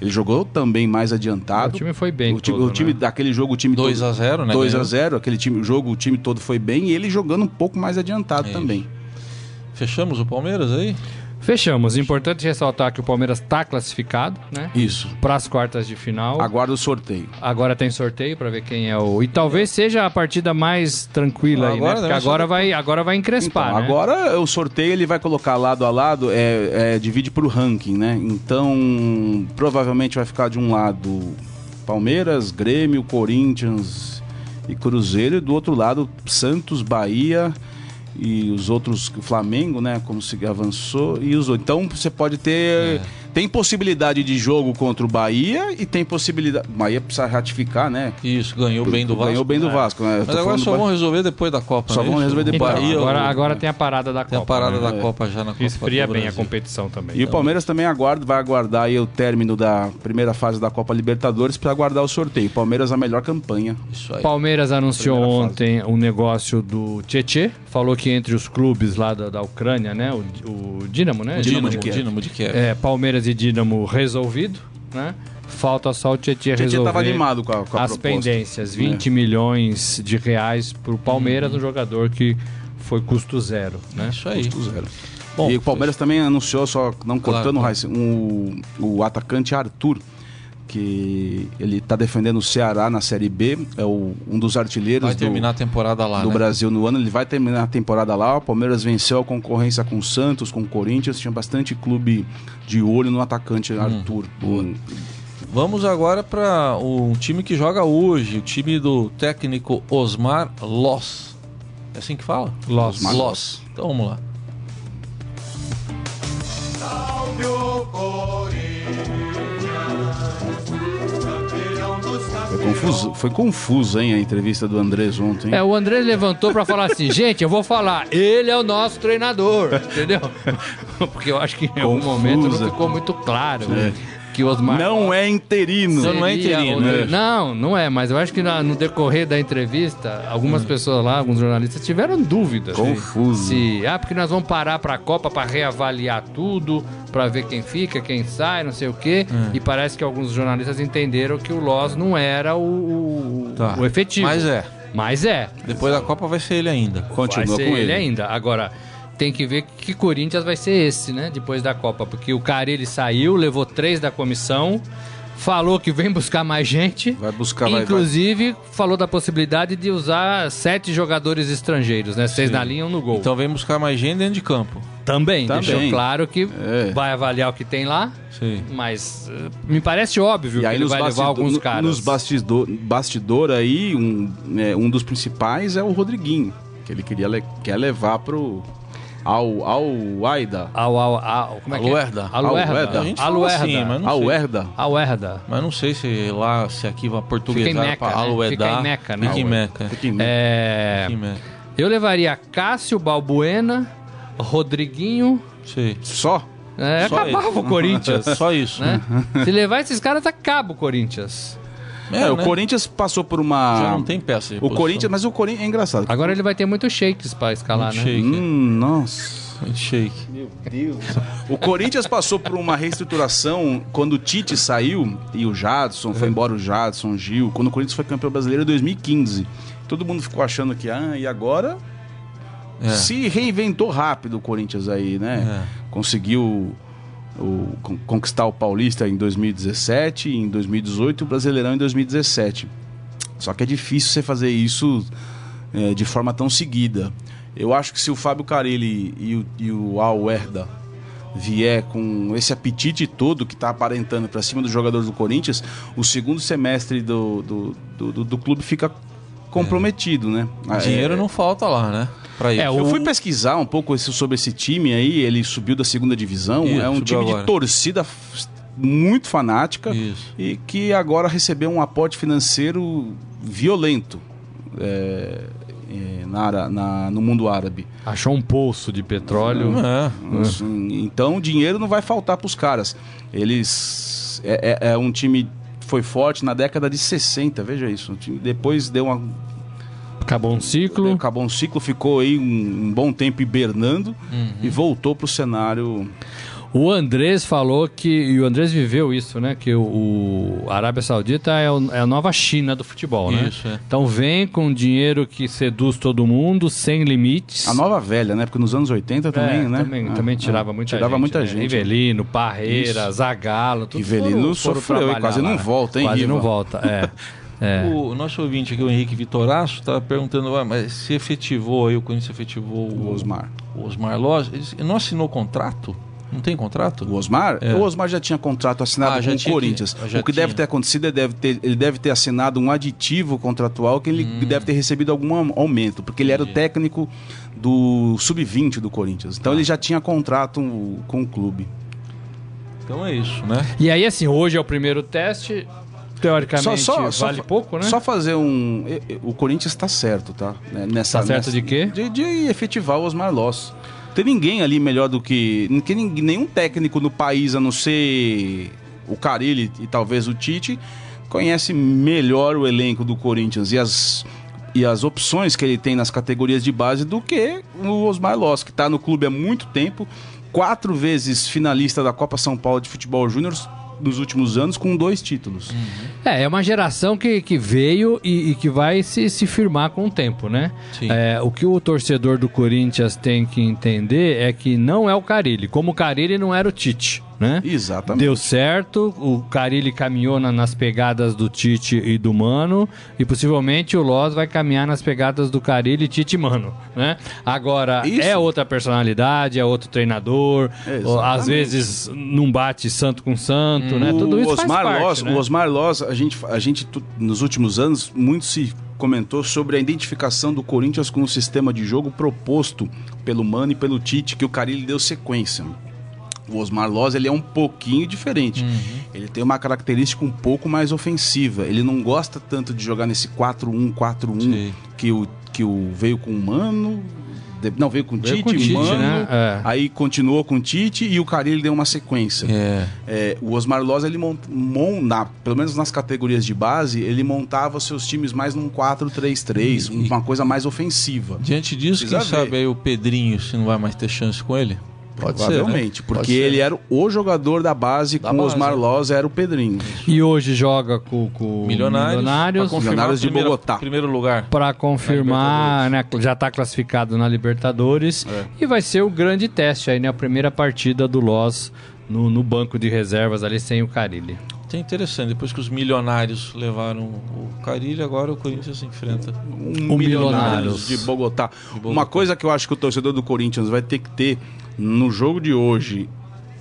S3: Ele jogou também mais
S4: O
S3: adiantado.
S4: time foi bem.
S3: O time,
S4: todo,
S3: o time
S4: né?
S3: daquele jogo, o time
S2: 2
S3: todo-
S2: a 0 né?
S3: 2 a
S2: Ganhou.
S3: 0 aquele time, jogo, o time todo foi bem e ele jogando um pouco mais adiantado
S2: É
S3: também.
S2: Fechamos o Palmeiras aí?
S4: Fechamos. Importante ressaltar que o Palmeiras tá classificado, né?
S3: Isso.
S4: Para as quartas de final.
S3: Aguarda o sorteio.
S4: Agora tem sorteio pra ver quem é o. E talvez seja a partida mais tranquila aí, né?
S2: Agora
S4: Porque
S2: deve ser
S4: agora vai, agora vai encrespar,
S3: Então,
S4: né?
S3: Agora o sorteio ele vai colocar lado a lado, é, é, divide por ranking, né? Então provavelmente vai ficar de um lado Palmeiras, Grêmio, Corinthians e Cruzeiro, e do outro lado Santos, Bahia e os outros, o Flamengo, né? Como se avançou e os outros. Então você pode
S2: É.
S3: ter. Tem possibilidade de jogo contra o Bahia e tem possibilidade. Bahia precisa ratificar, né?
S2: Isso, ganhou bem do Vasco.
S3: Ganhou bem do
S2: né?
S3: Vasco. né? Eu tô
S2: Mas agora
S3: falando
S2: só
S3: do Bahia.
S2: vão resolver depois da Copa,
S3: Só
S2: né?
S3: vão
S2: Isso?
S3: resolver
S4: Então,
S3: depois.
S2: Bahia,
S4: agora,
S2: o-
S4: agora tem a parada da
S2: Tem a
S4: Copa.
S2: parada
S4: né?
S2: da Copa já na Copa
S4: Esfria
S2: do
S4: bem a
S2: Brasil.
S4: competição também.
S3: E
S2: Então,
S3: o Palmeiras também aguarda, vai aguardar aí o término da primeira fase da Copa Libertadores para aguardar o sorteio. Palmeiras a melhor campanha.
S2: Isso aí.
S4: Palmeiras anunciou
S3: Primeira
S4: ontem o negócio do Tietê. Falou que entre os clubes lá da, da Ucrânia, né? O, o Dinamo, né?
S2: O Dínamo de
S3: Dínamo de Kiev.
S2: Dínamo de Kiev.
S4: É, Palmeiras e Dinamo resolvido, né? Falta só o Tietê
S3: O Tietchan
S4: resolver.
S3: tava animado com a, com a
S4: as
S3: proposta. É.
S4: pendências, 20 milhões de reais pro Palmeiras,
S3: Uhum.
S4: um jogador que foi custo zero, né?
S2: Isso aí.
S3: Custo zero.
S2: Bom, é.
S3: e o Palmeiras também anunciou, só não cortando o
S2: claro.
S3: Raíssa, um- o atacante Arthur, que ele está defendendo o Ceará na Série B, é o- um dos artilheiros
S2: Vai
S3: do,
S2: terminar a temporada lá,
S3: do
S2: né?
S3: Brasil no ano. Ele vai terminar a temporada lá. O Palmeiras venceu a concorrência com o Santos, com o Corinthians. Tinha bastante clube de olho no atacante
S2: Hum,
S3: Arthur. Um-
S2: Vamos agora para um time que joga hoje, o time do técnico Osmar Loss. É assim que fala?
S4: Loss.
S2: Osmar Loss. Então vamos lá.
S3: Foi confuso, foi confuso, hein, a entrevista do Andrés ontem.
S4: É, o André levantou pra falar assim, gente, eu vou falar, ele é o nosso treinador, entendeu? Porque eu acho que em algum
S3: Confusa.
S4: momento não ficou muito claro que o Osmar.
S3: Não é interino.
S2: É. Não, não é
S4: Seria um
S2: interino,
S4: o-
S2: né?
S4: Não, não é, mas eu acho que na- no decorrer da entrevista, algumas
S2: Hum.
S4: pessoas lá, alguns jornalistas tiveram dúvidas.
S3: Confuso.
S4: Se, ah, porque nós vamos parar pra Copa pra reavaliar tudo, pra ver quem fica, quem sai, não sei o quê.
S2: É.
S4: E parece que alguns jornalistas entenderam que o Loz não era o, o-
S2: Tá.
S4: o efetivo.
S2: Mas é.
S4: Mas é.
S2: Depois da Copa vai ser ele ainda.
S3: Continua
S4: vai ser
S3: com
S4: ele.
S3: ele.
S4: ainda. Agora, tem que ver que Corinthians vai ser esse, né? Depois da Copa. Porque o Carille saiu, levou três da comissão, falou que vem buscar mais gente.
S3: Vai buscar, vai-
S4: Inclusive, falou da possibilidade de usar sete jogadores estrangeiros, né? Seis na linha, um no gol.
S2: Então vem buscar mais gente dentro de campo.
S4: também,
S3: Também.
S4: deixou claro que
S3: É.
S4: vai avaliar o que tem lá.
S2: Sim.
S4: Mas eh, me parece óbvio
S3: E
S4: que
S3: aí
S4: ele
S3: nos,
S4: vai levar
S3: bastidor,
S4: alguns
S3: no-
S4: caras.
S3: nos bastidor, bastidor aí, um, né, um dos principais é o Rodriguinho, que ele queria le- quer levar pro ao ao Aida,
S4: Ao, ao, ao, como é que é?
S2: Aluerda.
S4: Aluerda.
S3: Aluerda.
S2: A gente fala
S4: Aluerda.
S2: assim, mas não
S3: ao
S2: sei.
S3: Herda.
S4: Aluerda.
S2: Mas não sei se lá, se aqui vai
S4: Fica em
S2: portuguesar
S4: Meca,
S2: para
S4: né?
S2: aluedar.
S4: Fica em Meca, né?
S2: Fica em Meca.
S3: Fica em-
S4: É,
S2: Fica em Meca.
S4: eu levaria Cássio, Balbuena, Rodriguinho.
S2: Sei.
S3: Só
S4: É,
S2: Só
S4: acabava
S2: isso.
S4: o Corinthians.
S2: Só isso.
S4: né? Se levar esses caras, acaba o Corinthians.
S2: É,
S3: É, o
S2: né?
S3: Corinthians passou por uma
S2: Já não tem peça. de
S3: O
S2: posição.
S3: Corinthians, mas o Corinthians é engraçado.
S4: Agora ele vai ter muito shakes pra escalar,
S2: Muito
S4: né?
S2: shake.
S3: Hum, nossa.
S2: Muito shake.
S3: O Corinthians passou por uma reestruturação quando o Tite saiu e o Jadson, foi embora o Jadson, Gil, quando o Corinthians foi campeão brasileiro em 2015. Todo mundo ficou achando que, ah, e agora?
S2: É.
S3: Se reinventou rápido o Corinthians aí, né? Conseguiu o- con- conquistar o Paulista em 2017, em 2018 e o Brasileirão em 2017. Só que é difícil você fazer isso é, de forma tão seguida. Eu acho que se o Fábio Carilli e o, e o Alwerda vier com esse apetite todo que está aparentando para cima dos jogadores do Corinthians, o segundo semestre do, do, do, do- do clube fica comprometido, né? Ah,
S2: Dinheiro
S3: é-
S2: não falta lá, né? Pra isso.
S4: É, o-
S3: Eu fui pesquisar um pouco esse- sobre esse time aí, ele subiu da segunda divisão,
S2: Ih,
S3: é um
S2: subiu
S3: time
S2: agora.
S3: de torcida f- muito fanática
S2: Isso.
S3: e que agora recebeu um aporte financeiro violento é, é, na, ara- na- no mundo árabe.
S4: Achou um poço de petróleo.
S2: É.
S3: Assim, Então, dinheiro não vai faltar para os caras. Eles é, é- é um time que foi forte na década de 60, veja isso. Um time- depois deu uma
S4: Acabou um
S2: é.
S4: ciclo.
S3: acabou um ciclo, ficou aí um, um bom tempo hibernando
S2: Uhum.
S3: e voltou pro cenário.
S4: O Andrés falou que. E o Andrés viveu isso, né? Que o, o Arábia Saudita é, o- é a nova China do futebol, né?
S2: Isso, é.
S4: Então vem com dinheiro que seduz todo mundo, sem limites.
S3: A nova velha, né? Porque nos anos 80 também,
S4: É,
S3: né?
S4: Também,
S3: Ah,
S4: também
S3: ah,
S4: tirava muita gente.
S3: tirava muita
S4: né?
S3: gente.
S4: Rivelino, Parreira, Zagallo, tudo
S3: Rivelino
S4: foram- foram
S3: sofreu,
S4: trabalhar
S3: hein? Quase
S4: lá,
S3: não
S4: né?
S3: volta, hein,
S4: Quase
S3: Riva?
S4: não volta, é. É.
S2: O nosso ouvinte aqui, o Henrique Vitoraço, tá perguntando, ah, mas se efetivou aí, o Corinthians efetivou
S3: O Osmar.
S2: o Osmar Loz, ele disse, não assinou contrato? Não tem contrato?
S3: O Osmar?
S2: É.
S3: O Osmar já tinha contrato assinado
S2: Ah, já
S3: com o
S2: tinha
S3: Corinthians.
S2: que- já
S3: o que
S2: tinha.
S3: deve ter acontecido é deve ter, ele deve ter assinado um aditivo contratual que ele
S4: Hum.
S3: deve ter recebido algum am- aumento, porque ele era o técnico do sub-20 do Corinthians.
S4: Tá.
S3: Então ele já tinha contrato com o clube.
S2: Então é isso, né?
S4: E aí, assim, hoje é o primeiro teste. Teoricamente, vale
S3: fa-
S4: pouco, né?
S3: Só fazer um. e- e- O Corinthians está certo, tá? Né, Nessa,
S4: Tá certo
S3: nessa-
S4: de quê?
S3: De, de efetivar o Osmar Loss. Tem ninguém ali melhor do que. que nin- nenhum técnico no país, a não ser o Carilli e talvez o Tite, conhece melhor o elenco do Corinthians e as. E as opções que ele tem nas categorias de base do que o Osmar Loss, que está no clube há muito tempo, quatro vezes finalista da Copa São Paulo de Futebol Júnior nos últimos anos, com dois títulos.
S4: É, é uma geração que, que veio e, e que vai se, se firmar com o tempo, né?
S2: Sim.
S4: É, o que o torcedor do Corinthians tem que entender é que não é o Carilli, como o Carilli não era o Tite, né?
S3: Exatamente.
S4: Deu certo, o Carilli caminhou na- nas pegadas do Tite e do Mano, e possivelmente o Loz vai caminhar nas pegadas do Carilli, Tite e Mano, né? Agora,
S3: Isso.
S4: é outra personalidade, é outro treinador,
S3: Exatamente.
S4: às vezes não bate santo com santo, né? Tudo isso
S3: Osmar
S4: faz parte,
S3: Loz,
S4: né?
S3: O Osmar Loz, a gente, a gente tu- nos últimos anos, muito se comentou sobre a identificação do Corinthians com o sistema de jogo proposto pelo Mano e pelo Tite, que o Carilli deu sequência. O Osmar Loz, ele é um pouquinho diferente.
S4: Uhum.
S3: Ele tem uma característica um pouco mais ofensiva. Ele não gosta um, tanto de jogar nesse 4-1-4-1
S2: Sim.
S3: que o, que o veio com o Mano, Não, veio com o
S4: Veio
S3: Tite,
S4: com o Tite,
S3: Mano,
S4: né? É.
S3: aí continuou com o Tite e o Carilli deu uma sequência.
S2: É.
S3: É, o Osmar Loz, ele mon, mon- na- pelo menos nas categorias de base, ele montava seus times mais num 4-3-3,
S2: E-
S3: uma coisa mais ofensiva.
S2: Diante disso,
S3: Precisa
S2: quem
S3: ver.
S2: sabe aí o Pedrinho, se não vai mais ter chance com ele? Pode ser, né?
S3: Provavelmente,
S2: Pode
S3: porque
S2: ser.
S3: ele era o jogador da base
S2: Da
S3: com o
S2: base,
S3: Osmar
S2: né?
S3: Loz, era o Pedrinho.
S4: E hoje joga com, com o
S2: Milionários.
S4: Milionários.
S2: pra confirmar
S3: Milionários
S2: o
S3: de
S2: primeiro-
S3: Bogotá.
S2: Primeiro lugar.
S4: Pra confirmar, né, já está classificado na Libertadores
S3: É.
S4: e vai ser o grande teste aí, né, a primeira partida do Loz no, no banco de reservas ali sem o Carilli.
S2: Tem interessante, depois que os milionários levaram o Carilho, agora o Corinthians enfrenta.
S3: Um
S4: O
S3: Milionários
S4: Milionários.
S3: de Bogotá. Uma coisa que eu acho que o torcedor do Corinthians vai ter que ter no jogo de hoje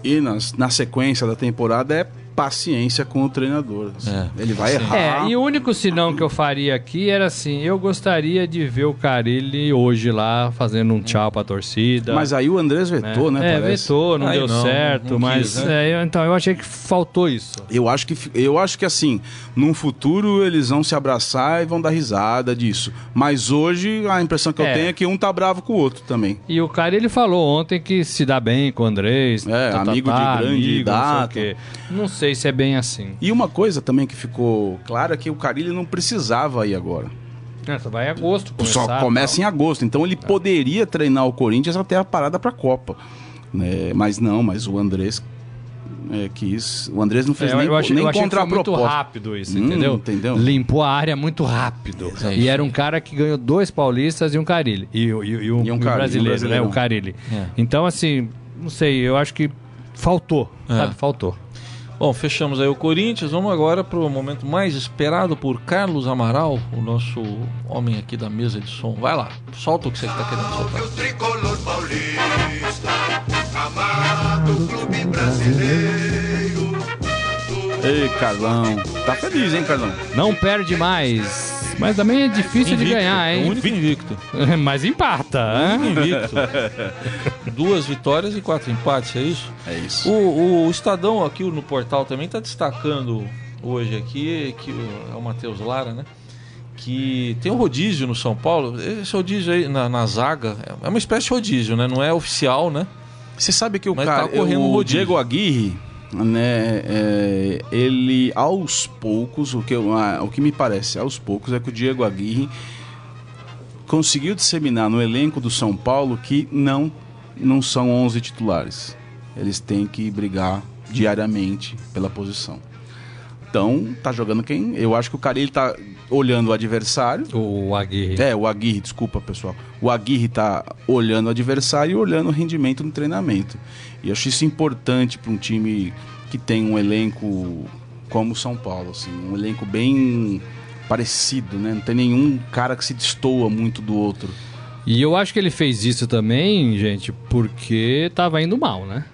S3: e nas, na sequência da temporada é paciência com o treinador.
S2: É,
S3: Ele vai errar.
S4: É, e o único sinão que eu faria aqui era assim, eu gostaria de ver o Carilli hoje lá fazendo um tchau pra torcida.
S3: Mas aí o Andrés vetou, né?
S4: é,
S3: parece.
S4: vetou, não
S2: Aí
S4: deu
S2: não,
S4: certo,
S2: não
S4: mas
S2: quis, né?
S4: é, eu- então eu achei que faltou isso.
S3: Eu acho que eu acho que assim, num futuro eles vão se abraçar e vão dar risada disso. Mas hoje a impressão que eu
S4: É.
S3: tenho é que um tá bravo com o outro também.
S4: E o cara, ele falou ontem que se dá bem com o Andrés. tá,
S3: É, amigo de grande
S4: não
S3: data.
S4: sei, o quê. não sei se é bem assim.
S3: E uma coisa também que ficou clara é que o Carilli não precisava ir agora.
S4: É, Só vai em agosto começar.
S3: Só começa
S4: tal. É.
S3: em agosto. Então ele poderia treinar o Corinthians até a parada pra Copa. né? mas não, mas o Andrés é, quis. O Andrés não fez
S4: É, eu,
S3: nem,
S4: eu achei,
S3: nem
S4: eu achei que
S3: contra
S4: foi
S3: a
S4: muito
S3: proposta.
S4: rápido isso,
S3: Hum,
S4: entendeu?
S3: entendeu?
S4: Limpou a área muito rápido.
S2: É
S4: e
S2: isso.
S4: era um cara que ganhou dois paulistas e um Carilli. E, o- e o- e
S3: E
S4: o-
S3: um
S4: e o
S3: Carilli,
S4: brasileiro,
S3: um
S4: né?
S3: brasileirão.
S4: O Carilli.
S2: É.
S4: Então, assim, não sei, eu acho que faltou,
S2: É.
S4: sabe? Faltou.
S2: Bom, fechamos aí o Corinthians. Vamos agora para o momento mais esperado por Carlos Amaral, o nosso homem aqui da mesa de som. Vai lá, solta o que você está querendo soltar.
S6: o tricolor paulista, amado clube brasileiro.
S3: Ei, Carlão. Tá feliz, hein, Carlão?
S4: Não perde mais. Mas também é difícil de
S2: Invicto,
S4: ganhar,
S2: O
S4: hein?
S2: único invicto.
S4: Mas empata, né?
S2: Invicto. Duas vitórias e quatro empates, é isso?
S3: É isso.
S2: O, o Estadão aqui no portal também está destacando hoje aqui, que o- é o Matheus Lara, né? Que tem um rodízio no São Paulo. Esse rodízio aí na, na zaga é uma espécie de rodízio, né? Não é oficial, né?
S3: Você sabe que o
S2: Mas
S3: cara,
S2: tá correndo um
S3: o
S2: rodízio.
S3: Diego Aguirre, né, é, ele aos poucos, o que, eu- ah, o que me parece aos poucos é que o Diego Aguirre conseguiu disseminar no elenco do São Paulo que não, não são 11 titulares. Eles têm que brigar diariamente pela posição. Então, tá jogando quem? Eu acho que o cara ele tá olhando o adversário.
S4: O Aguirre.
S3: É, o Aguirre, desculpa pessoal. O Aguirre tá olhando o adversário e olhando o rendimento no treinamento. E eu acho isso importante para um time que tem um elenco como o São Paulo, assim, um elenco bem parecido, né? Não tem nenhum cara que se destoa muito do outro.
S4: E eu acho que ele fez isso também, gente, porque tava indo mal, né?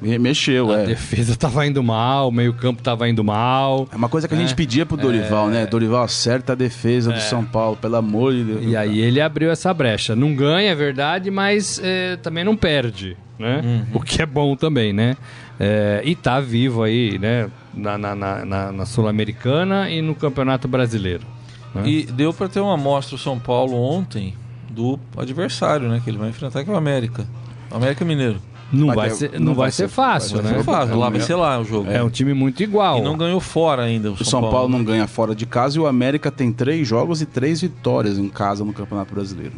S3: Me- Mexeu,
S4: A
S3: é.
S4: defesa tava indo mal, o meio-campo tava indo mal.
S3: É uma coisa que a gente pedia pro Dorival, né? Dorival, acerta a defesa do São Paulo, pelo amor de Deus.
S4: E aí ele abriu essa brecha. Não ganha, é verdade, mas é, também não perde, né?
S3: Uhum.
S4: O que é bom também, né? É, e tá vivo aí, né? Na, na- na- na- na Sul-Americana e no Campeonato Brasileiro.
S3: Ah.
S4: né?
S2: E deu para ter uma amostra o São Paulo ontem do adversário, né? Que ele vai enfrentar que é o América. O América Mineiro.
S4: Não
S3: Mas
S4: vai,
S3: é-
S4: ser, não
S3: não
S4: vai
S3: vai
S4: ser
S3: ser-
S4: fácil,
S3: vai ser
S4: né?
S2: Não faz, lá vai ser lá o jogo.
S4: É um time muito igual.
S2: E não ganhou fora ainda o São,
S3: O São Paulo
S2: Paulo.
S3: não ganha fora de casa e o América tem três jogos e três vitórias em casa no Campeonato Brasileiro.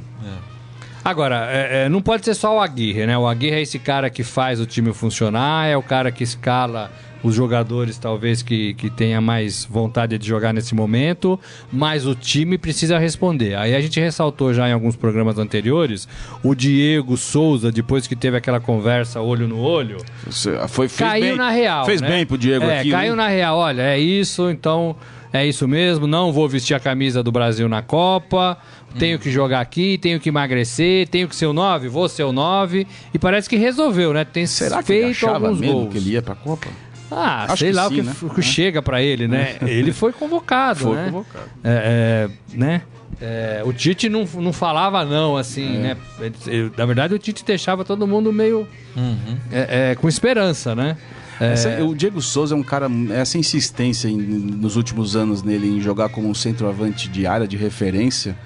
S4: Agora, é, é, não pode ser só o Aguirre, né? O Aguirre é esse cara que faz o time funcionar, é o cara que escala os jogadores, talvez, que, que tenha mais vontade de jogar nesse momento, mas o time precisa responder. Aí a gente ressaltou já em alguns programas anteriores o Diego Souza, depois que teve aquela conversa olho no olho,
S3: Você- ah, Foi, fez
S4: caiu
S3: bem,
S4: na real.
S3: Fez
S4: né?
S3: bem pro Diego
S4: é,
S3: aqui.
S4: Caiu na real, olha, é isso, então é isso mesmo. Não vou vestir a camisa do Brasil na Copa. Tenho que jogar aqui, tenho que emagrecer, tenho que ser o 9, vou ser o 9. E parece que resolveu, né? Tem
S3: Será que
S4: feito
S3: ele achava
S4: alguns
S3: mesmo
S4: gols.
S3: que ele ia pra Copa?
S4: Ah,
S3: Acho
S4: sei
S3: que sim,
S4: lá o que,
S3: né?
S4: o que chega pra ele, né? Ele foi convocado,
S3: Foi
S4: né?
S3: convocado.
S4: É, é, né? É, o Tite não, não falava não,
S3: É.
S4: assim, né? Ele- ele- na verdade, o Tite deixava todo mundo meio
S3: Uhum.
S4: é, é, com esperança, né?
S3: Essa- o Diego Souza é um cara. Essa insistência em- nos últimos anos nele em jogar como um centroavante de área de referência.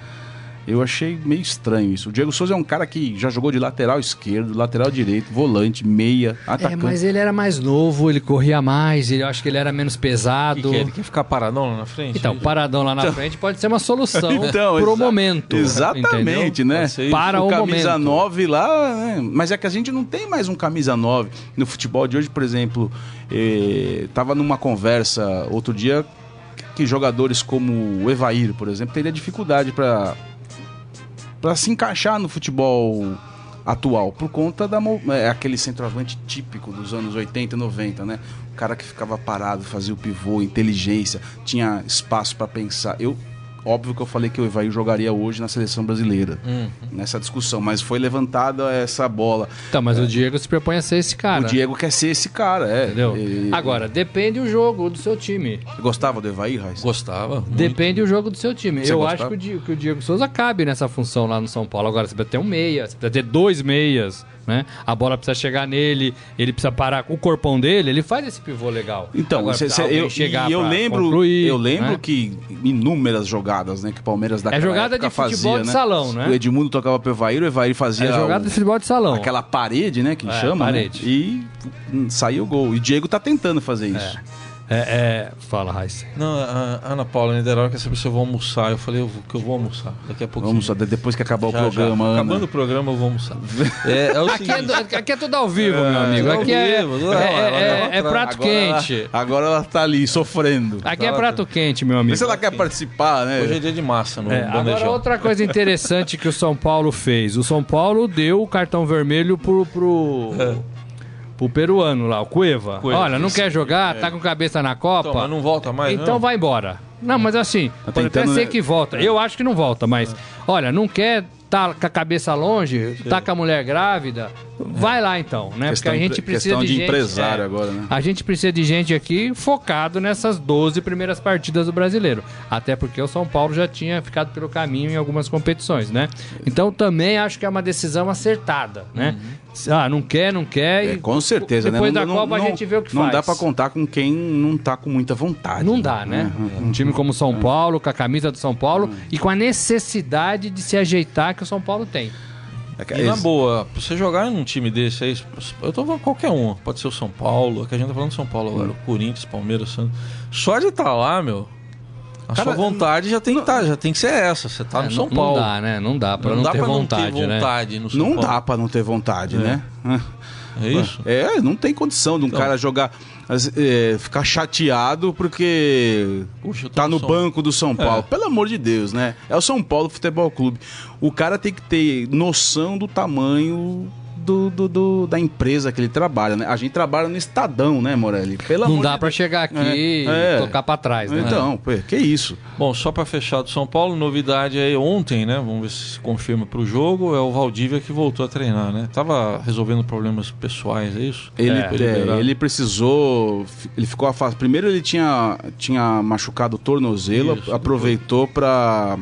S3: Eu achei meio estranho isso. O Diego Souza é um cara que já jogou de lateral esquerdo, lateral direito, volante, meia,
S4: É,
S3: atacante.
S4: mas ele era mais novo, ele corria mais, ele, eu acho que ele era menos pesado.
S2: Que que é? Ele quer ficar paradão lá na frente?
S4: Então, paradão lá na frente pode ser uma solução pro
S3: Então, exa-
S4: momento.
S3: Exatamente,
S4: entendeu?
S3: né?
S2: Pode ser isso.
S4: Para o
S3: camisa
S4: momento.
S3: 9 lá, né? mas é que a gente não tem mais um camisa 9 no futebol de hoje, por exemplo, eh, tava numa conversa outro dia que jogadores como o Evair, por exemplo, teria dificuldade para para se encaixar no futebol atual por conta da mo- é, aquele centroavante típico dos anos 80 e 90, né? O cara que ficava parado, fazia o pivô, inteligência, tinha espaço para pensar. Eu óbvio que eu falei que o Evair jogaria hoje na seleção brasileira.
S4: Uhum.
S2: Hum.
S3: Nessa discussão, mas foi levantada essa bola.
S4: Então, mas o Diego se propõe a ser esse cara.
S3: o Diego quer ser esse cara, é.
S4: Entendeu?
S3: E-
S4: Agora, depende o jogo do seu time.
S3: gostava do Evair, Raiz?
S2: Gostava. muito.
S4: Depende o jogo do seu time.
S3: Você
S4: Eu
S3: gostava?
S4: acho que o, Diego, que o Diego Souza cabe nessa função lá no São Paulo. Agora, você precisa ter um meia, você precisa ter dois meias, né? A bola precisa chegar nele, ele precisa parar com o corpão dele, ele faz esse pivô legal.
S3: Então,
S4: Agora,
S3: cê-
S4: precisa
S3: cê-
S4: alguém
S3: eu,
S4: chegar
S3: e eu
S4: pra
S3: lembro,
S4: concluir,
S3: eu lembro
S4: né? É
S3: que inúmeras jogadas, né, que o Palmeiras daquela
S4: jogada
S3: época
S4: de futebol
S3: fazia,
S4: de
S3: né?
S4: salão, né?
S3: O Edmundo tocava pro Evair, o Evair fazia
S4: É jogada
S3: o-
S4: de futebol de salão.
S3: aquela parede, né, que
S4: É,
S3: chama,
S4: parede.
S3: né? E hum, saiu o gol. E o Diego tá tentando fazer isso.
S4: É, é... Fala, Raíssa.
S2: Não, a- a Ana Paula Niederauer quer saber se eu vou almoçar. Eu falei eu vou- que eu vou almoçar. Daqui a pouquinho.
S3: Vamos só de- depois que
S2: Já,
S3: acabar o
S2: já.
S3: programa, Ana.
S2: Acabando o programa, eu vou almoçar. É, é o
S4: Aqui é,
S2: seguinte,
S4: do- aqui é tudo ao vivo, meu amigo.
S2: tudo
S4: Aqui
S2: ao
S4: é,
S2: vivo,
S4: é-
S2: ela-
S4: é-
S2: ela-
S4: é
S2: ela-
S4: prato quente.
S3: Ela, agora ela tá ali sofrendo.
S4: Aqui é prato quente, meu amigo.
S3: Mas tá se ela quer participar, né?
S2: Hoje é dia de massa no
S4: É, agora,
S2: bandejão.
S4: outra coisa interessante que o São Paulo fez. O São Paulo deu o cartão vermelho pro, pro, pro peruano lá, o Cueva.
S2: É. Cueva,
S4: Olha, não
S2: isso.
S4: quer jogar, tá com cabeça na
S2: Então,
S4: Copa,
S2: mas não volta mais,
S4: então
S2: não?
S4: vai embora. Não, mas assim, pode até
S3: tentando,
S4: ser
S3: né? É.
S4: que volta. Eu acho que não volta, mas... Olha, não quer tá com a cabeça longe, tá com a mulher grávida, vai lá então, né? Porque
S3: É. Questão
S4: a gente
S3: empre-
S4: precisa
S3: questão
S4: de,
S3: de
S4: gente,
S3: empresário
S4: é.
S3: agora, né?
S4: A gente precisa de gente aqui focado nessas 12 primeiras partidas do brasileiro. Até porque o São Paulo já tinha ficado pelo caminho em algumas competições, né? Então também acho que é uma decisão acertada, né? Ah, não quer, não quer.
S3: Uhum. É,
S4: e
S3: com certeza,
S4: depois
S3: né?
S4: da Copa a gente vê o que
S3: não
S4: faz.
S3: dá pra contar com quem não tá com muita vontade.
S4: Não dá, né? Um time como o São Paulo, com a camisa do São Paulo e com a necessidade de se ajeitar que o São Paulo tem.
S3: É que-
S2: E na
S3: esse-
S2: boa, pra você jogar num time desse aí, eu tô falando qualquer um, pode ser o São Paulo, que a gente tá falando de São Paulo
S3: Hum.
S2: agora, o Corinthians, Palmeiras, Santos. Só de estar lá, meu, a
S3: Cara,
S2: sua vontade já tem que tá, já tem que ser essa, você tá
S4: É,
S2: no
S4: não-
S2: São Paulo.
S4: Não dá, né? Não dá pra não,
S2: dá
S4: ter,
S2: pra
S4: vontade,
S2: não ter
S4: né?
S2: vontade no São
S3: Não
S2: Paulo.
S3: dá pra não ter vontade, né?
S2: É isso? Então.
S3: É, não tem condição de um cara jogar, as- é, ficar chateado porque
S2: Puxa, eu tô
S3: tá no
S2: São-
S3: banco do São Paulo.
S2: É.
S3: Pelo amor de Deus, né? É o São Paulo Futebol Clube. O cara tem que ter noção do tamanho do, do- do- da empresa que ele trabalha, né? A gente trabalha no Estadão, né, Morelli? Pelo
S4: Não
S3: amor
S4: dá
S3: de
S4: pra chegar aqui e
S3: É, é.
S4: tocar pra trás, né?
S3: Deus. Então, pô, que isso?
S2: Bom, só pra fechar do São Paulo, novidade aí ontem, né? Vamos ver se se confirma pro jogo, é o Valdívia que voltou a treinar, né? Tava resolvendo problemas pessoais, é isso?
S3: Ele,
S2: Foi
S3: é,
S2: liberado.
S3: ele precisou. fi- Ele ficou afastado. Primeiro ele tinha, tinha machucado o tornozelo,
S2: Isso,
S3: aproveitou para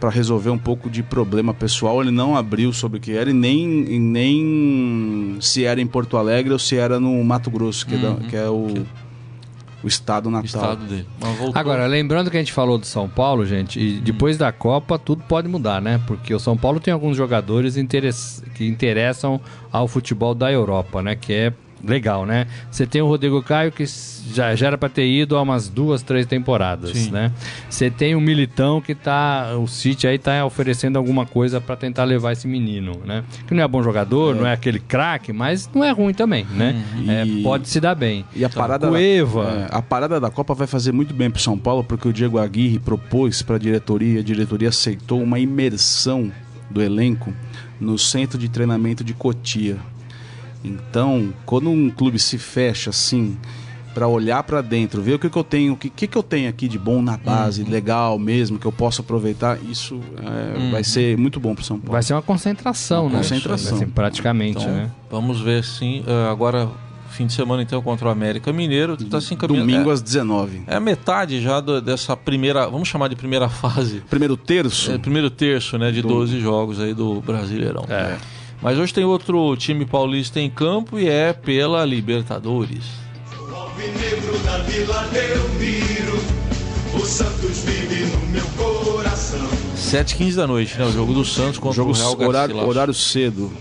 S3: para resolver um pouco de problema pessoal. Ele não abriu sobre o que era e nem, e nem se era em Porto Alegre ou se era no Mato Grosso, que, é da- que é o, o estado natal.
S2: estado dele. Mas voltou.
S4: Agora, lembrando que a gente falou do São Paulo, gente,
S3: Hum.
S4: e depois da Copa tudo pode mudar, né? Porque o São Paulo tem alguns jogadores interess- que interessam ao futebol da Europa, né? Que é legal, né? Você tem o Rodrigo Caio, que s- já, já era pra ter ido há umas duas, três temporadas,
S2: Sim.
S4: né? Você tem o Militão que tá. O City aí tá oferecendo alguma coisa pra tentar levar esse menino, né? Que não é bom jogador, não é aquele craque, mas não é ruim também, né? É,
S3: Uhum. E-
S4: pode se dar bem.
S3: E a parada,
S4: Cueva.
S3: é, a parada da Copa vai fazer muito bem pro São Paulo, porque o Diego Aguirre propôs para a diretoria, a diretoria aceitou uma imersão do elenco no centro de treinamento de Cotia. Então, quando um clube se fecha assim para olhar para dentro, ver o que, que eu tenho, o que, que, que eu tenho aqui de bom na base, legal mesmo, que eu posso aproveitar, isso é, vai ser muito bom pro São Paulo.
S4: Vai ser uma concentração, né?
S3: concentração.
S4: Assim, praticamente,
S2: Então,
S4: né?
S2: Vamos ver sim. Ah, agora, fim de semana então contra o América Mineiro. Tá se encaminhando.
S3: Domingo
S2: é,
S3: às 19.
S2: é a metade já do- dessa primeira. Vamos chamar de primeira fase.
S3: Primeiro terço.
S2: É, primeiro terço, né? De 12 jogos aí do Brasileirão.
S3: É.
S2: Mas hoje tem outro time paulista em campo e é pela Libertadores.
S6: O alvinegro da vila eu miro. O Santos vive no meu coração.
S2: 7h15 da noite, né? O jogo do Santos contra
S3: Jogo
S2: o Real
S3: horário,
S2: Garcilaso. É.
S3: horário cedo.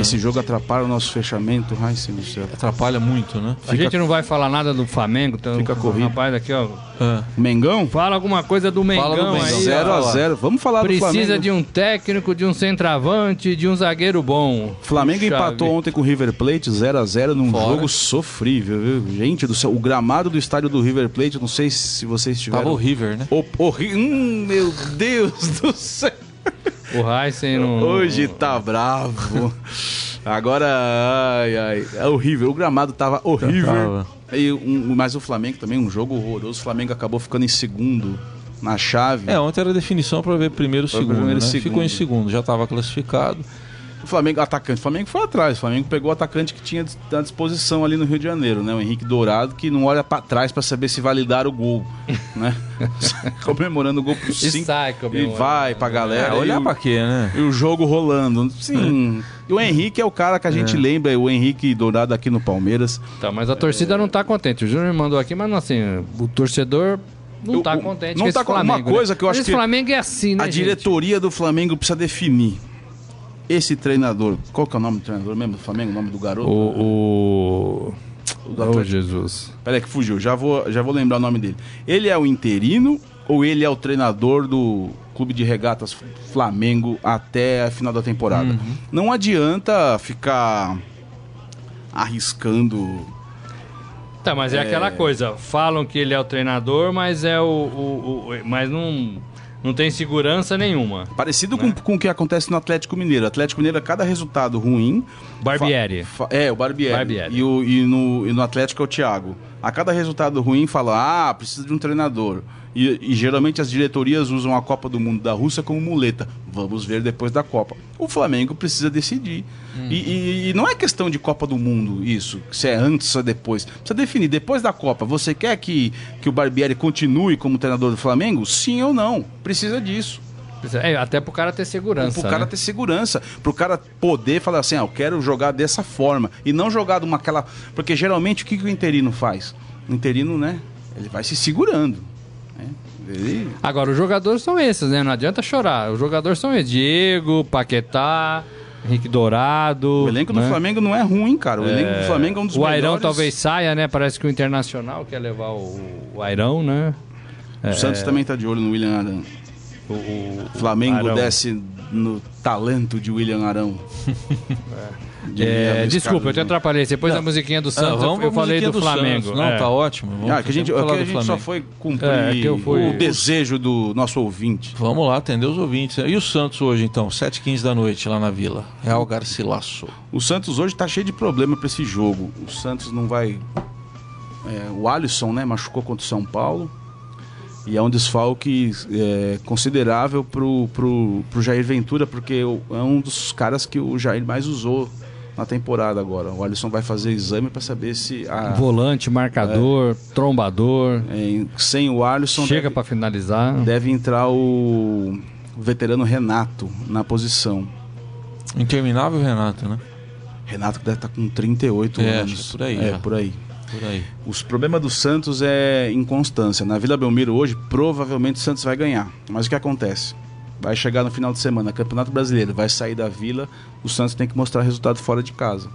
S3: Esse jogo atrapalha o nosso fechamento. Ai, Senhor do céu.
S2: Atrapalha muito, né?
S4: A gente não vai falar nada do Flamengo, então.
S3: Fica corrido.
S4: Rapaz, aqui, ó.
S2: Ah,
S3: Mengão?
S4: Fala alguma coisa do Mengão,
S2: Fala do Mengão.
S4: aí. ó.
S3: 0 a 0 Vamos falar do Flamengo.
S4: Precisa de um técnico, de um centroavante, de um zagueiro bom.
S3: Flamengo
S4: Puxa
S3: empatou
S4: vida.
S3: ontem com o River Plate 0 a 0 num
S2: um Fora.
S3: jogo sofrível, viu? Gente do céu, o gramado do estádio do River Plate, não sei se vocês tiveram.
S2: tava o River, né?
S3: O- o Ri- Hum, meu Deus do céu.
S4: O Heisen não.
S3: Hoje tá bravo. Agora, ai, ai, é horrível. O gramado tava horrível.
S2: Tava.
S3: E um, mas o Flamengo também, um jogo horroroso. O Flamengo acabou ficando em segundo na chave.
S2: É, ontem era definição para ver primeiro e
S3: Foi
S2: segundo,
S3: primeiro e
S2: né? Ficou em
S3: segundo.
S2: segundo, já estava classificado.
S3: O Flamengo, atacante. O Flamengo foi atrás. O Flamengo pegou o atacante que tinha dis- à disposição ali no Rio de Janeiro, né? O Henrique Dourado, que não olha pra trás pra saber se validar o gol, né? Comemorando o gol por
S4: E
S3: cinco.
S4: sai
S3: E
S4: comemorando.
S3: vai pra galera.
S2: É,
S3: e
S2: olhar
S3: o-
S2: pra quê, né?
S3: E o jogo rolando. Sim. E o Henrique é o cara que a gente lembra, é o Henrique Dourado aqui no Palmeiras.
S4: Tá, mas a torcida não tá contente. O Júnior me mandou aqui, mas não, assim, o torcedor não
S3: Eu-
S4: tá
S3: eu-
S4: contente
S3: não
S4: com esse
S3: tá com- uma
S4: Flamengo. né?
S3: coisa que eu
S4: Mas
S3: acho
S4: esse
S3: que
S4: Flamengo é assim, né,
S3: a diretoria do Flamengo precisa definir. Esse treinador, qual que é o nome do treinador mesmo do Flamengo? O nome do
S4: gente?
S3: garoto?
S4: O... o...
S3: do
S4: Oh,
S3: Atlético.
S4: Jesus.
S3: Peraí que fugiu, já vou, já vou lembrar o nome dele. Ele é o interino ou ele é o treinador do clube de regatas Flamengo até a final da temporada? Não adianta ficar arriscando
S4: Tá, mas é, aquela coisa. Falam que ele é o treinador, mas é o... o- o- mas não, não tem segurança nenhuma.
S3: Parecido com, com o que acontece no Atlético Mineiro. O Atlético Mineiro, a cada resultado ruim.
S4: Barbieri.
S3: fa- é, o Barbieri.
S4: Barbieri.
S3: E, o- e no, e no Atlético é o Thiago. A cada resultado ruim, fala: ah, precisa de um treinador. E, e geralmente as diretorias usam a Copa do Mundo da Rússia como muleta. Vamos ver depois da Copa. O Flamengo precisa decidir.
S4: Uhum.
S3: E, e- e não é questão de Copa do Mundo isso, se é antes ou depois. Precisa definir. Depois da Copa, você quer que, que o Barbieri continue como treinador do Flamengo? Sim ou não? Precisa disso
S4: É, até pro cara ter segurança,
S3: pro cara
S4: né?
S3: ter segurança, pro cara poder falar assim, ah, eu quero jogar dessa forma e não jogar de uma aquela, porque geralmente o que, que o interino faz? O interino, né? Ele vai se segurando, né? Ele-
S4: Agora, os jogadores são esses, né? Não adianta chorar. Os jogadores são esses. Diego, Paquetá, Henrique Dourado.
S3: O elenco do
S4: né?
S3: Flamengo não é ruim, cara. O elenco do Flamengo é um dos
S4: o Airão
S3: melhores.
S4: talvez saia, né? Parece que o Internacional quer levar o, o Airão, né?
S3: O
S4: É.
S3: Santos também tá de olho no William Arão.
S4: O, o-
S3: O Flamengo
S4: Arão.
S3: desce no talento de William Arão. Diria
S4: É,
S3: Luiz
S4: desculpa, eu
S3: Carlos,
S4: te
S3: né?
S4: atrapalhei. Depois da musiquinha do Santos, eu- eu
S2: pra
S4: falei
S2: musiquinha
S4: do Flamengo.
S2: Santos. Não,
S4: é.
S2: tá ótimo. Vamos,
S3: Ah, que a gente,
S2: vamos
S3: aqui
S2: falar
S3: a
S2: do
S3: gente só
S2: Flamengo.
S3: foi cumprir
S4: É, que eu fui-
S3: o desejo do nosso ouvinte.
S2: Vamos lá, atender os ouvintes. né? E o Santos hoje, então? 7h15 da noite lá na Vila. Real Garcilaso.
S3: O Santos hoje tá cheio de problema pra esse jogo. O Santos não vai. é, o Alisson, né, machucou contra o São Paulo. E é um desfalque é, considerável pro, pro, pro Jair Ventura, porque o- é um dos caras que o Jair mais usou na temporada agora. O Alisson vai fazer exame pra saber se. a- é,
S4: Volante, marcador, trombador.
S3: em- sem o Alisson.
S4: Chega
S3: deve-
S4: pra finalizar.
S3: deve entrar o veterano Renato na posição.
S2: Interminável, Renato, né?
S3: Renato que deve estar com 38
S2: É, acho que é por
S3: anos.
S2: aí
S3: É,
S2: já.
S3: por aí.
S2: Por aí.
S3: Os problemas do Santos é inconstância. Na Vila Belmiro hoje, provavelmente o Santos vai ganhar. Mas o que acontece? Vai chegar no final de semana, Campeonato Brasileiro, vai sair da Vila, o Santos tem que mostrar resultado fora de casa.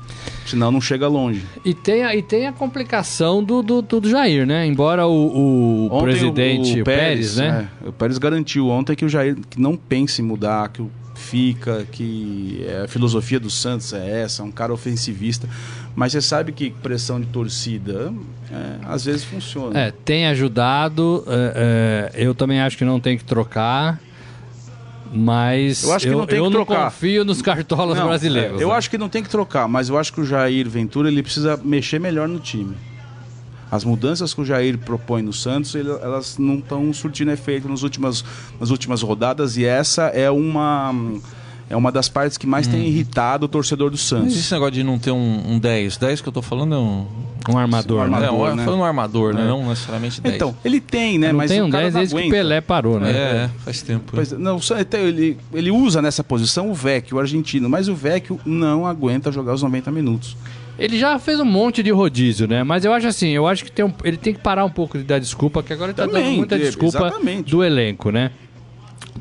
S3: Senão não chega longe.
S4: E tem, a, e tem a complicação do, do, do Jair, né? Embora o, o
S3: Ontem,
S4: presidente Pérez, né?
S3: é, o Pérez garantiu ontem que o Jair que não pense em mudar, que o fica, que é, a filosofia do Santos é essa, é um cara ofensivista. Mas você sabe que pressão de torcida é, às vezes funciona.
S4: É, tem ajudado. é, é, eu também acho que não tem que trocar. Mas
S3: Eu acho que não tem
S4: eu
S3: que trocar.
S4: confio nos cartolas
S3: Não,
S4: brasileiros.
S3: é, Eu
S4: né?
S3: acho que não tem que trocar, mas eu acho que o Jair Ventura ele precisa mexer melhor no time. As mudanças que o Jair propõe no Santos, ele- elas não estão surtindo efeito nas últimas, nas últimas rodadas e essa é uma é uma das partes que mais
S4: Uhum.
S3: tem irritado o torcedor do
S2: Não
S3: Santos.
S2: existe negócio de não ter um, um 10. 10 que eu tô falando é um.
S4: Um armador.
S3: Um
S4: né?
S3: armador,
S2: é, um,
S3: né?
S2: falando um armador, né?
S3: É.
S2: Não necessariamente 10.
S3: Então, ele tem, né?
S4: Não
S3: mas
S4: tem um
S3: o cara
S4: 10
S3: não
S4: desde que
S3: aguenta.
S4: Pelé parou, né?
S2: é, faz tempo.
S3: Pois é, não, o San- ele tem- ele, ele usa nessa posição o Vecchio, o argentino, mas o Vecchio não aguenta jogar os 90 minutos.
S4: Ele já fez um monte de rodízio, né? Mas eu acho assim, eu acho que tem um- ele tem que parar um pouco de dar desculpa, que agora ele tá
S3: Também,
S4: dando muita
S3: Diego,
S4: desculpa
S3: exatamente.
S4: do elenco, né?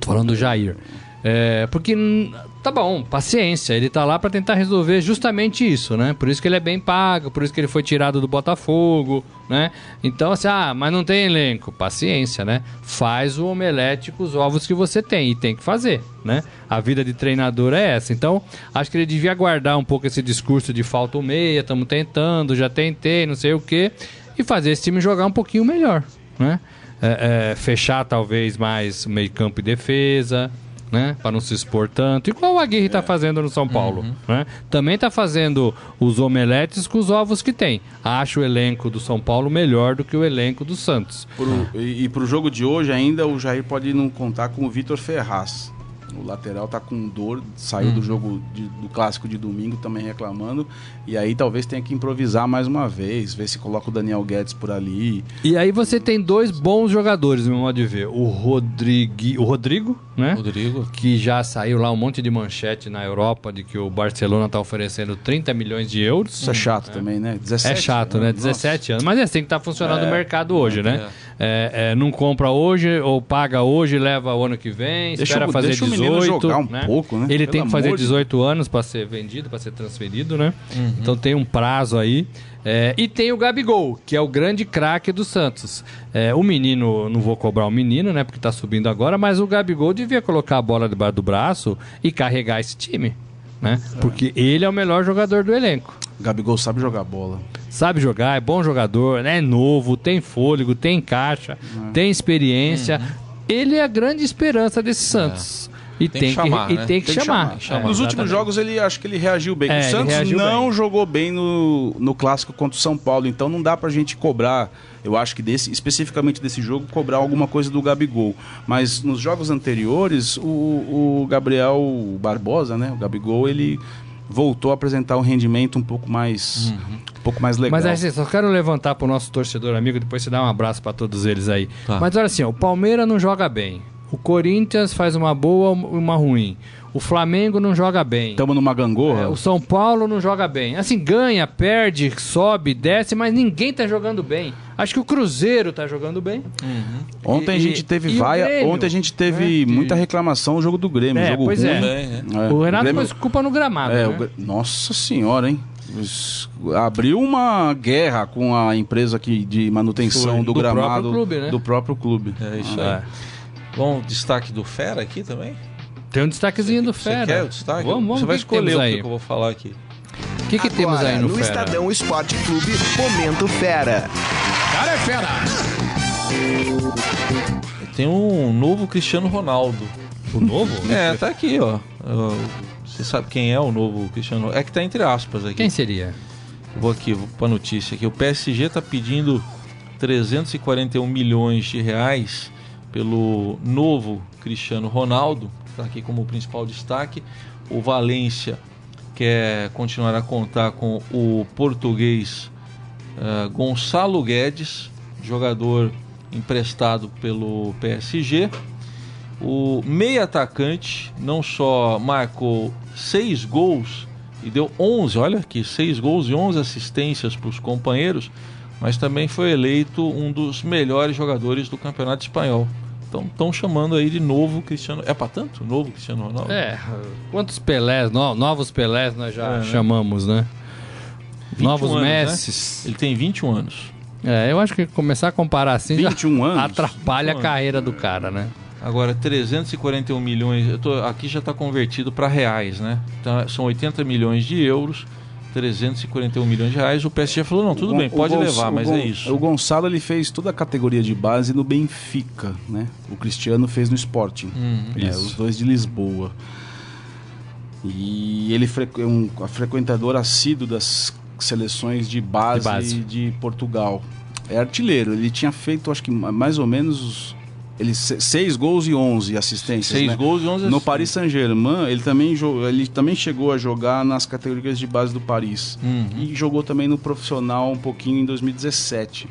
S4: Tô falando do Jair. É, porque hum, tá bom, paciência. Ele tá lá pra tentar resolver justamente isso, né? Por isso que ele é bem pago, por isso que ele foi tirado do Botafogo, né? Então, assim, ah, mas não tem elenco. Paciência, né? Faz o omelete com os ovos que você tem e tem que fazer, né? A vida de treinador é essa. Então, acho que ele devia guardar um pouco esse discurso de falta o meia, estamos tentando, já tentei, não sei o quê, e fazer esse time jogar um pouquinho melhor, né? É, é, fechar talvez mais o meio campo e defesa, né? Para não se expor tanto. Igual o Aguirre está fazendo no São Paulo, né? Também está fazendo os omeletes com os ovos que tem. Acho o elenco do São Paulo melhor do que o elenco do Santos.
S3: Pro-
S4: É.
S3: e, e pro jogo de hoje ainda o Jair pode não contar com o Vitor Ferraz. O lateral tá com dor, saiu
S4: Hum.
S3: do jogo de- do clássico de domingo também reclamando. E aí talvez tenha que improvisar mais uma vez, ver se coloca o Daniel Guedes por ali.
S4: E aí você tem dois bons jogadores, no meu modo de ver. O Rodrigue, o Rodrigo, né?
S2: Rodrigo.
S4: Que já saiu lá um monte de manchete na Europa de que o Barcelona tá oferecendo 30 milhões de euros.
S3: Isso é chato também, né? 17,
S4: Hum, É chato, né?
S3: Nossa.
S4: 17 anos. Mas é assim que tá funcionando o mercado hoje, né? É, é, não compra hoje, ou paga hoje, leva o ano que vem,
S3: Deixa
S4: espera
S3: o-
S4: fazer
S3: deixa o
S4: 18.
S3: menino jogar um
S4: né?
S3: pouco, né?
S4: Ele
S3: Pelo
S4: tem que fazer
S3: amor de Uhum.
S4: 18 anos para ser vendido, para ser transferido, né? Então tem um prazo aí. É, e tem o Gabigol, que é o grande craque do Santos. É, o menino, não vou cobrar o menino, né? Porque tá subindo agora, mas o Gabigol devia colocar a bola debaixo do braço e carregar esse time. Né? Porque ele é o melhor jogador do elenco
S3: Gabigol sabe jogar bola.
S4: sabe jogar, é bom jogador, né? é novo, tem fôlego, tem caixa,
S2: É.
S4: tem experiência. Ele é a grande esperança desse Santos. E
S2: Uhum. Tem
S4: tem,
S2: que
S4: que,
S2: chamar,
S4: e
S2: né?
S4: tem que chamar.
S2: chamar.
S3: Nos
S2: exatamente.
S3: últimos jogos ele acho que ele reagiu bem.
S4: É,
S3: o
S4: ele
S3: Santos
S4: reagiu
S3: não
S4: bem.
S3: jogou bem no, no clássico contra o São Paulo, então não dá pra gente cobrar, eu acho que desse, especificamente desse jogo, cobrar alguma coisa do Gabigol. Mas nos jogos anteriores, o, o Gabriel Barbosa, né? O Gabigol, ele voltou a apresentar um rendimento um pouco mais. Um pouco mais legal.
S4: Uhum. Mas é assim, só quero levantar pro nosso torcedor amigo, depois você dá um abraço pra todos eles aí.
S2: Tá.
S4: Mas olha assim, ó, o Palmeiras não joga bem. O Corinthians faz uma boa e uma ruim. O Flamengo não joga bem.
S3: Estamos numa gangorra.
S4: É, o São Paulo não joga bem. Assim, ganha, perde, sobe, desce, mas ninguém tá jogando bem. Acho que o Cruzeiro tá jogando bem.
S3: Ontem a
S4: e-
S3: gente teve
S4: e o
S3: vaia,
S4: Grêmio,
S3: ontem a gente teve muita reclamação no jogo do Grêmio.
S4: É,
S3: jogo
S4: pois
S3: ruim.
S4: é.
S2: Bem, é.
S3: É,
S4: O Renato
S3: Grêmio-
S4: pôs culpa no gramado.
S3: É,
S4: né?
S3: o Gre- nossa senhora, hein? Os- Abriu uma guerra com a empresa aqui de manutenção
S2: Foi,
S3: do,
S2: do
S3: gramado
S4: próprio clube, né?
S3: do próprio clube.
S2: É isso
S3: Ah,
S2: aí. Bom, destaque do Fera aqui também?
S4: Tem um destaquezinho do
S2: Você
S4: Fera.
S2: quer o destaque?
S4: Vamos, vamos
S2: Você vai
S4: o que que temos
S2: escolher o que
S4: aí.
S2: que eu vou falar aqui.
S4: O que, que temos aí
S1: Agora,
S4: no,
S1: no
S4: Fera?
S1: Estadão Esporte Clube, Momento Fera.
S4: Cara é fera!
S2: Tem um novo Cristiano Ronaldo.
S4: O novo?
S2: É, tá aqui, ó. Ó, Você sabe quem é o novo Cristiano Ronaldo? É que tá entre aspas aqui.
S4: Quem seria?
S2: Vou aqui, vou pra notícia aqui. O PSG tá pedindo 341 milhões de reais pelo novo Cristiano Ronaldo, que tá aqui como principal destaque. O Valência quer continuar a contar com o português eh, Gonçalo Guedes, jogador emprestado pelo PSG. O meio atacante não só marcou seis gols e deu 11, olha aqui, seis gols e 11 assistências para os companheiros, mas também foi eleito um dos melhores jogadores do Campeonato Espanhol. Então estão chamando aí de novo Cristiano. É para tanto? Novo Cristiano Ronaldo?
S4: É, quantos Pelés, no- novos Pelés nós já chamamos, né?
S2: 21
S4: Novos
S2: É, anos, né?
S4: Messis.
S2: Ele tem 21 anos.
S4: É, eu acho que começar a comparar assim já
S3: 21 anos.
S2: 21
S4: atrapalha a
S2: anos.
S4: carreira do cara, né?
S2: Agora, 341 milhões. Eu tô, aqui já está convertido para reais, né? Então, são 80 milhões de euros, 341 milhões de reais. O PSG falou: não, tudo
S3: o Gon-
S2: bem, pode
S3: o Gon-
S2: levar,
S3: o
S2: mas
S3: Gon-
S2: é isso.
S3: O Gonçalo ele fez toda a categoria de base no Benfica, né? O Cristiano fez no Sporting.
S2: Uhum.
S3: É, os dois de Lisboa. E ele é um frequentador assíduo das seleções de base,
S4: De base.
S3: de Portugal. É artilheiro. Ele tinha feito, acho que ma- mais ou menos, ele, se- seis gols e 11 assistências.
S2: Seis
S3: né?
S2: gols e 11
S3: No Paris Saint-Germain, ele também, jo- ele também chegou a jogar nas categorias de base do
S2: Hum.
S3: Paris. E jogou também no profissional um pouquinho em 2017.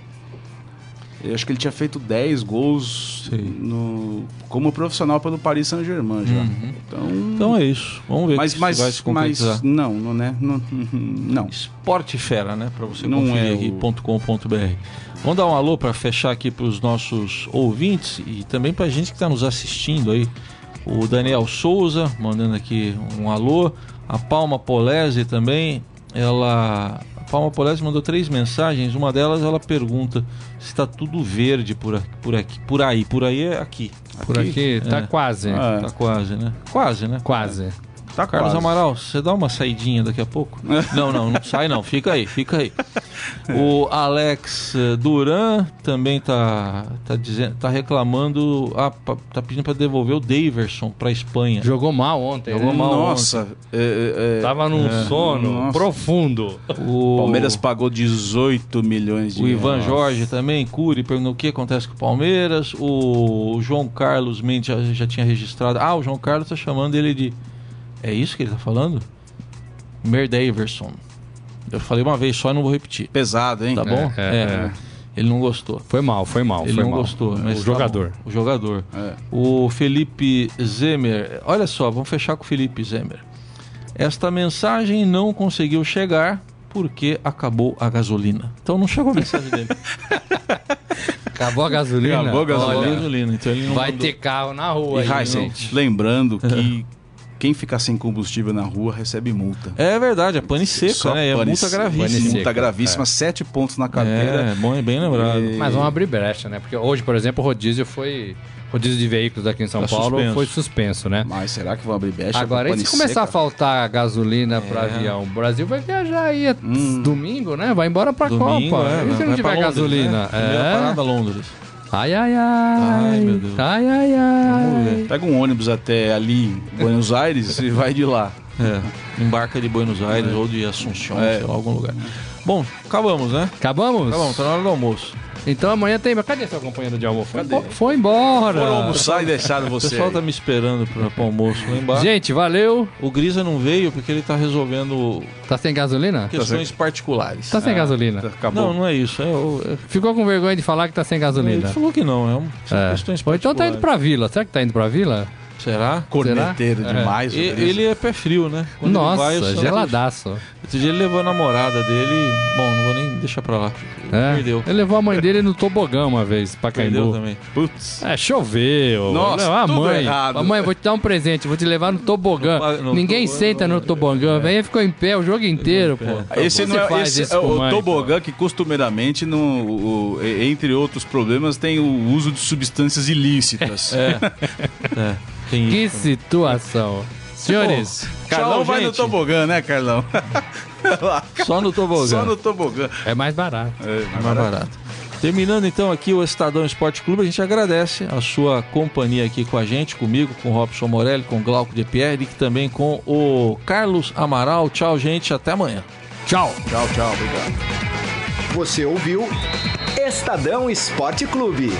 S3: Eu acho que ele tinha feito 10 gols no, como profissional pelo Paris Saint-Germain já. Então,
S2: Então é isso. Vamos ver
S3: mas,
S2: se
S3: mas,
S2: vai se
S3: mas
S2: concretizar.
S3: não, não, né? Não, não.
S2: Esporte Fera, né? Para você
S3: Não
S2: conferir
S3: é
S2: aqui,
S3: o-
S2: ponto com ponto br. Vamos dar um alô para fechar aqui para os nossos ouvintes e também para a gente que está nos assistindo aí. O Daniel Souza mandando aqui um alô. A Palma Polese também. Ela, a Palma Polese mandou três mensagens. Uma delas ela pergunta se está tudo verde por, a- por aqui, por aí, por aí é aqui.
S4: Por aqui, tá
S2: É.
S4: quase.
S3: Ah,
S2: Tá quase, né? Quase, né?
S4: Quase.
S3: Tá
S2: Carlos
S3: quase.
S2: Amaral, você dá uma saidinha daqui a pouco? não, não, não sai não, fica aí, fica aí. O Alex eh, Duran também tá, tá, dizendo, tá reclamando, ah, pa- tá pedindo para devolver o Daverson para Espanha.
S4: Jogou mal ontem.
S2: Jogou
S4: né?
S2: Tá mal
S3: Nossa, é, é,
S4: Tava num sono
S3: Nossa.
S4: profundo.
S2: O
S3: Palmeiras pagou 18 milhões de
S2: O Ivan
S3: reais.
S2: Jorge também, Cury, perguntou o que acontece com o Palmeiras. O João Carlos Mendes já, já tinha registrado. Ah, o João Carlos tá chamando ele de. É isso que ele tá falando? Merdaverson. Eu falei uma vez só e não vou repetir.
S3: Pesado, hein?
S2: Tá bom?
S4: É, é, é.
S2: Ele não gostou.
S4: Foi mal, foi mal.
S2: Ele
S4: foi
S2: não
S4: mal.
S2: gostou. Mas
S4: o
S2: tá
S4: jogador.
S2: bom. O jogador.
S3: É.
S2: O Felipe Zemer. Olha só, vamos fechar com o Felipe Zemer. Esta mensagem não conseguiu chegar porque acabou a gasolina. Então não chegou a mensagem dele.
S4: Acabou a gasolina.
S3: Acabou a
S2: Acabou a
S4: Olha,
S2: gasolina. Então ele não
S4: vai
S2: mandou.
S4: ter carro na
S3: um
S4: rua.
S3: E
S4: aí,
S3: Heisen,
S4: não.
S3: lembrando que quem ficar sem combustível na rua recebe multa.
S2: É verdade, é pane seca,
S3: Só
S2: né? É
S3: pane-
S2: multa gravíssima.
S4: seca,
S3: Multa gravíssima, sete pontos na carteira.
S2: É, bom, é bem lembrado.
S3: E-
S4: Mas vamos abrir brecha, né? Porque hoje, por exemplo, o rodízio foi. Rodízio de veículos aqui em São
S2: Tá
S4: Paulo
S2: suspenso.
S4: foi suspenso, né?
S3: Mas será que vão abrir brecha?
S4: Agora,
S3: pra
S4: e se
S3: pane
S4: começar a
S3: seca? É.
S4: faltar gasolina para avião, o Brasil vai viajar aí é
S3: Hum.
S4: domingo, né? Vai embora pra
S2: Domingo,
S4: Copa.
S2: é, vai
S4: e se não
S2: pra
S4: tiver
S2: Londres,
S4: gasolina?
S2: né? Primeira
S4: É.
S2: parada Londres.
S4: Ai, ai, ai.
S2: Ai, meu Deus.
S4: Ai, ai, ai.
S3: Pega um ônibus até ali, em Buenos Aires, e vai de lá.
S2: É, embarca de Buenos Aires ou de Assunção,
S3: É.
S2: sei lá, algum lugar. Bom, acabamos, né?
S4: Acabamos?
S2: Acabamos, tá na hora do almoço.
S4: Então amanhã tem. mas Cadê seu companheiro de almoço? Foi, embo- foi embora.
S3: Foram almoçar e deixaram
S2: O
S3: você.
S2: pessoal
S3: aí.
S2: tá me esperando pra, pra almoço lá embaixo.
S4: Gente, valeu.
S2: O Grisa não veio porque ele tá resolvendo
S4: Tá sem gasolina?
S2: questões particulares.
S4: Tá sem gasolina.
S3: Acabou.
S2: Não, não é isso. É, o- é-
S4: Ficou com vergonha de falar que tá sem
S2: ele
S4: gasolina.
S2: falou que não, é um, são
S4: É.
S2: questões
S4: Ou
S2: particulares.
S4: então tá indo pra vila. Será que tá indo pra vila?
S2: Será?
S3: Corneteiro
S4: Será?
S3: demais. o
S2: E-
S3: Grisa.
S2: ele é pé frio, né? Quando ele
S4: Nossa,
S2: vai, o sanduíche-
S4: geladaço.
S2: Outro dia ele levou a namorada dele. e- Bom, não vou nem deixar pra lá.
S4: É.
S2: Perdeu.
S4: Ele levou a mãe dele no tobogã uma vez, pra
S2: Perdeu
S4: Caimbu.
S2: também. Tá
S3: Putz.
S4: É, choveu.
S3: Nossa,
S4: Não, a
S3: tudo
S4: mãe.
S3: errado.
S4: A mãe, vou te dar um presente, vou te levar no tobogã.
S2: No pa- no
S4: Ninguém
S2: tobogã,
S4: senta no tobogã, velho. Ele ficou em pé o jogo inteiro, pô.
S3: Esse
S4: Como
S3: não
S4: você
S3: é,
S4: faz
S3: esse
S4: isso
S3: é
S4: com
S3: o
S4: mãe,
S3: tobogã que costumeiramente, no, o- e- entre outros problemas, tem o uso de substâncias ilícitas.
S2: É, tem
S4: Que
S2: isso.
S4: situação.
S2: é
S4: Senhores,
S3: Carlão
S2: Tchau,
S3: um vai no
S2: gente.
S3: tobogã, né, Carlão?
S2: Só no tobogã.
S3: Só no tobogã.
S4: é mais barato.
S3: É,
S2: É mais barato. Terminando então aqui o Estadão Esporte Clube, a gente agradece a sua companhia aqui com a gente, comigo, com o Robson Morelli, com o Glauco de Pierre e também com o Carlos Amaral. Tchau, gente, até amanhã.
S4: Tchau.
S3: Tchau, tchau. Obrigado.
S1: Você ouviu Estadão Esporte Clube.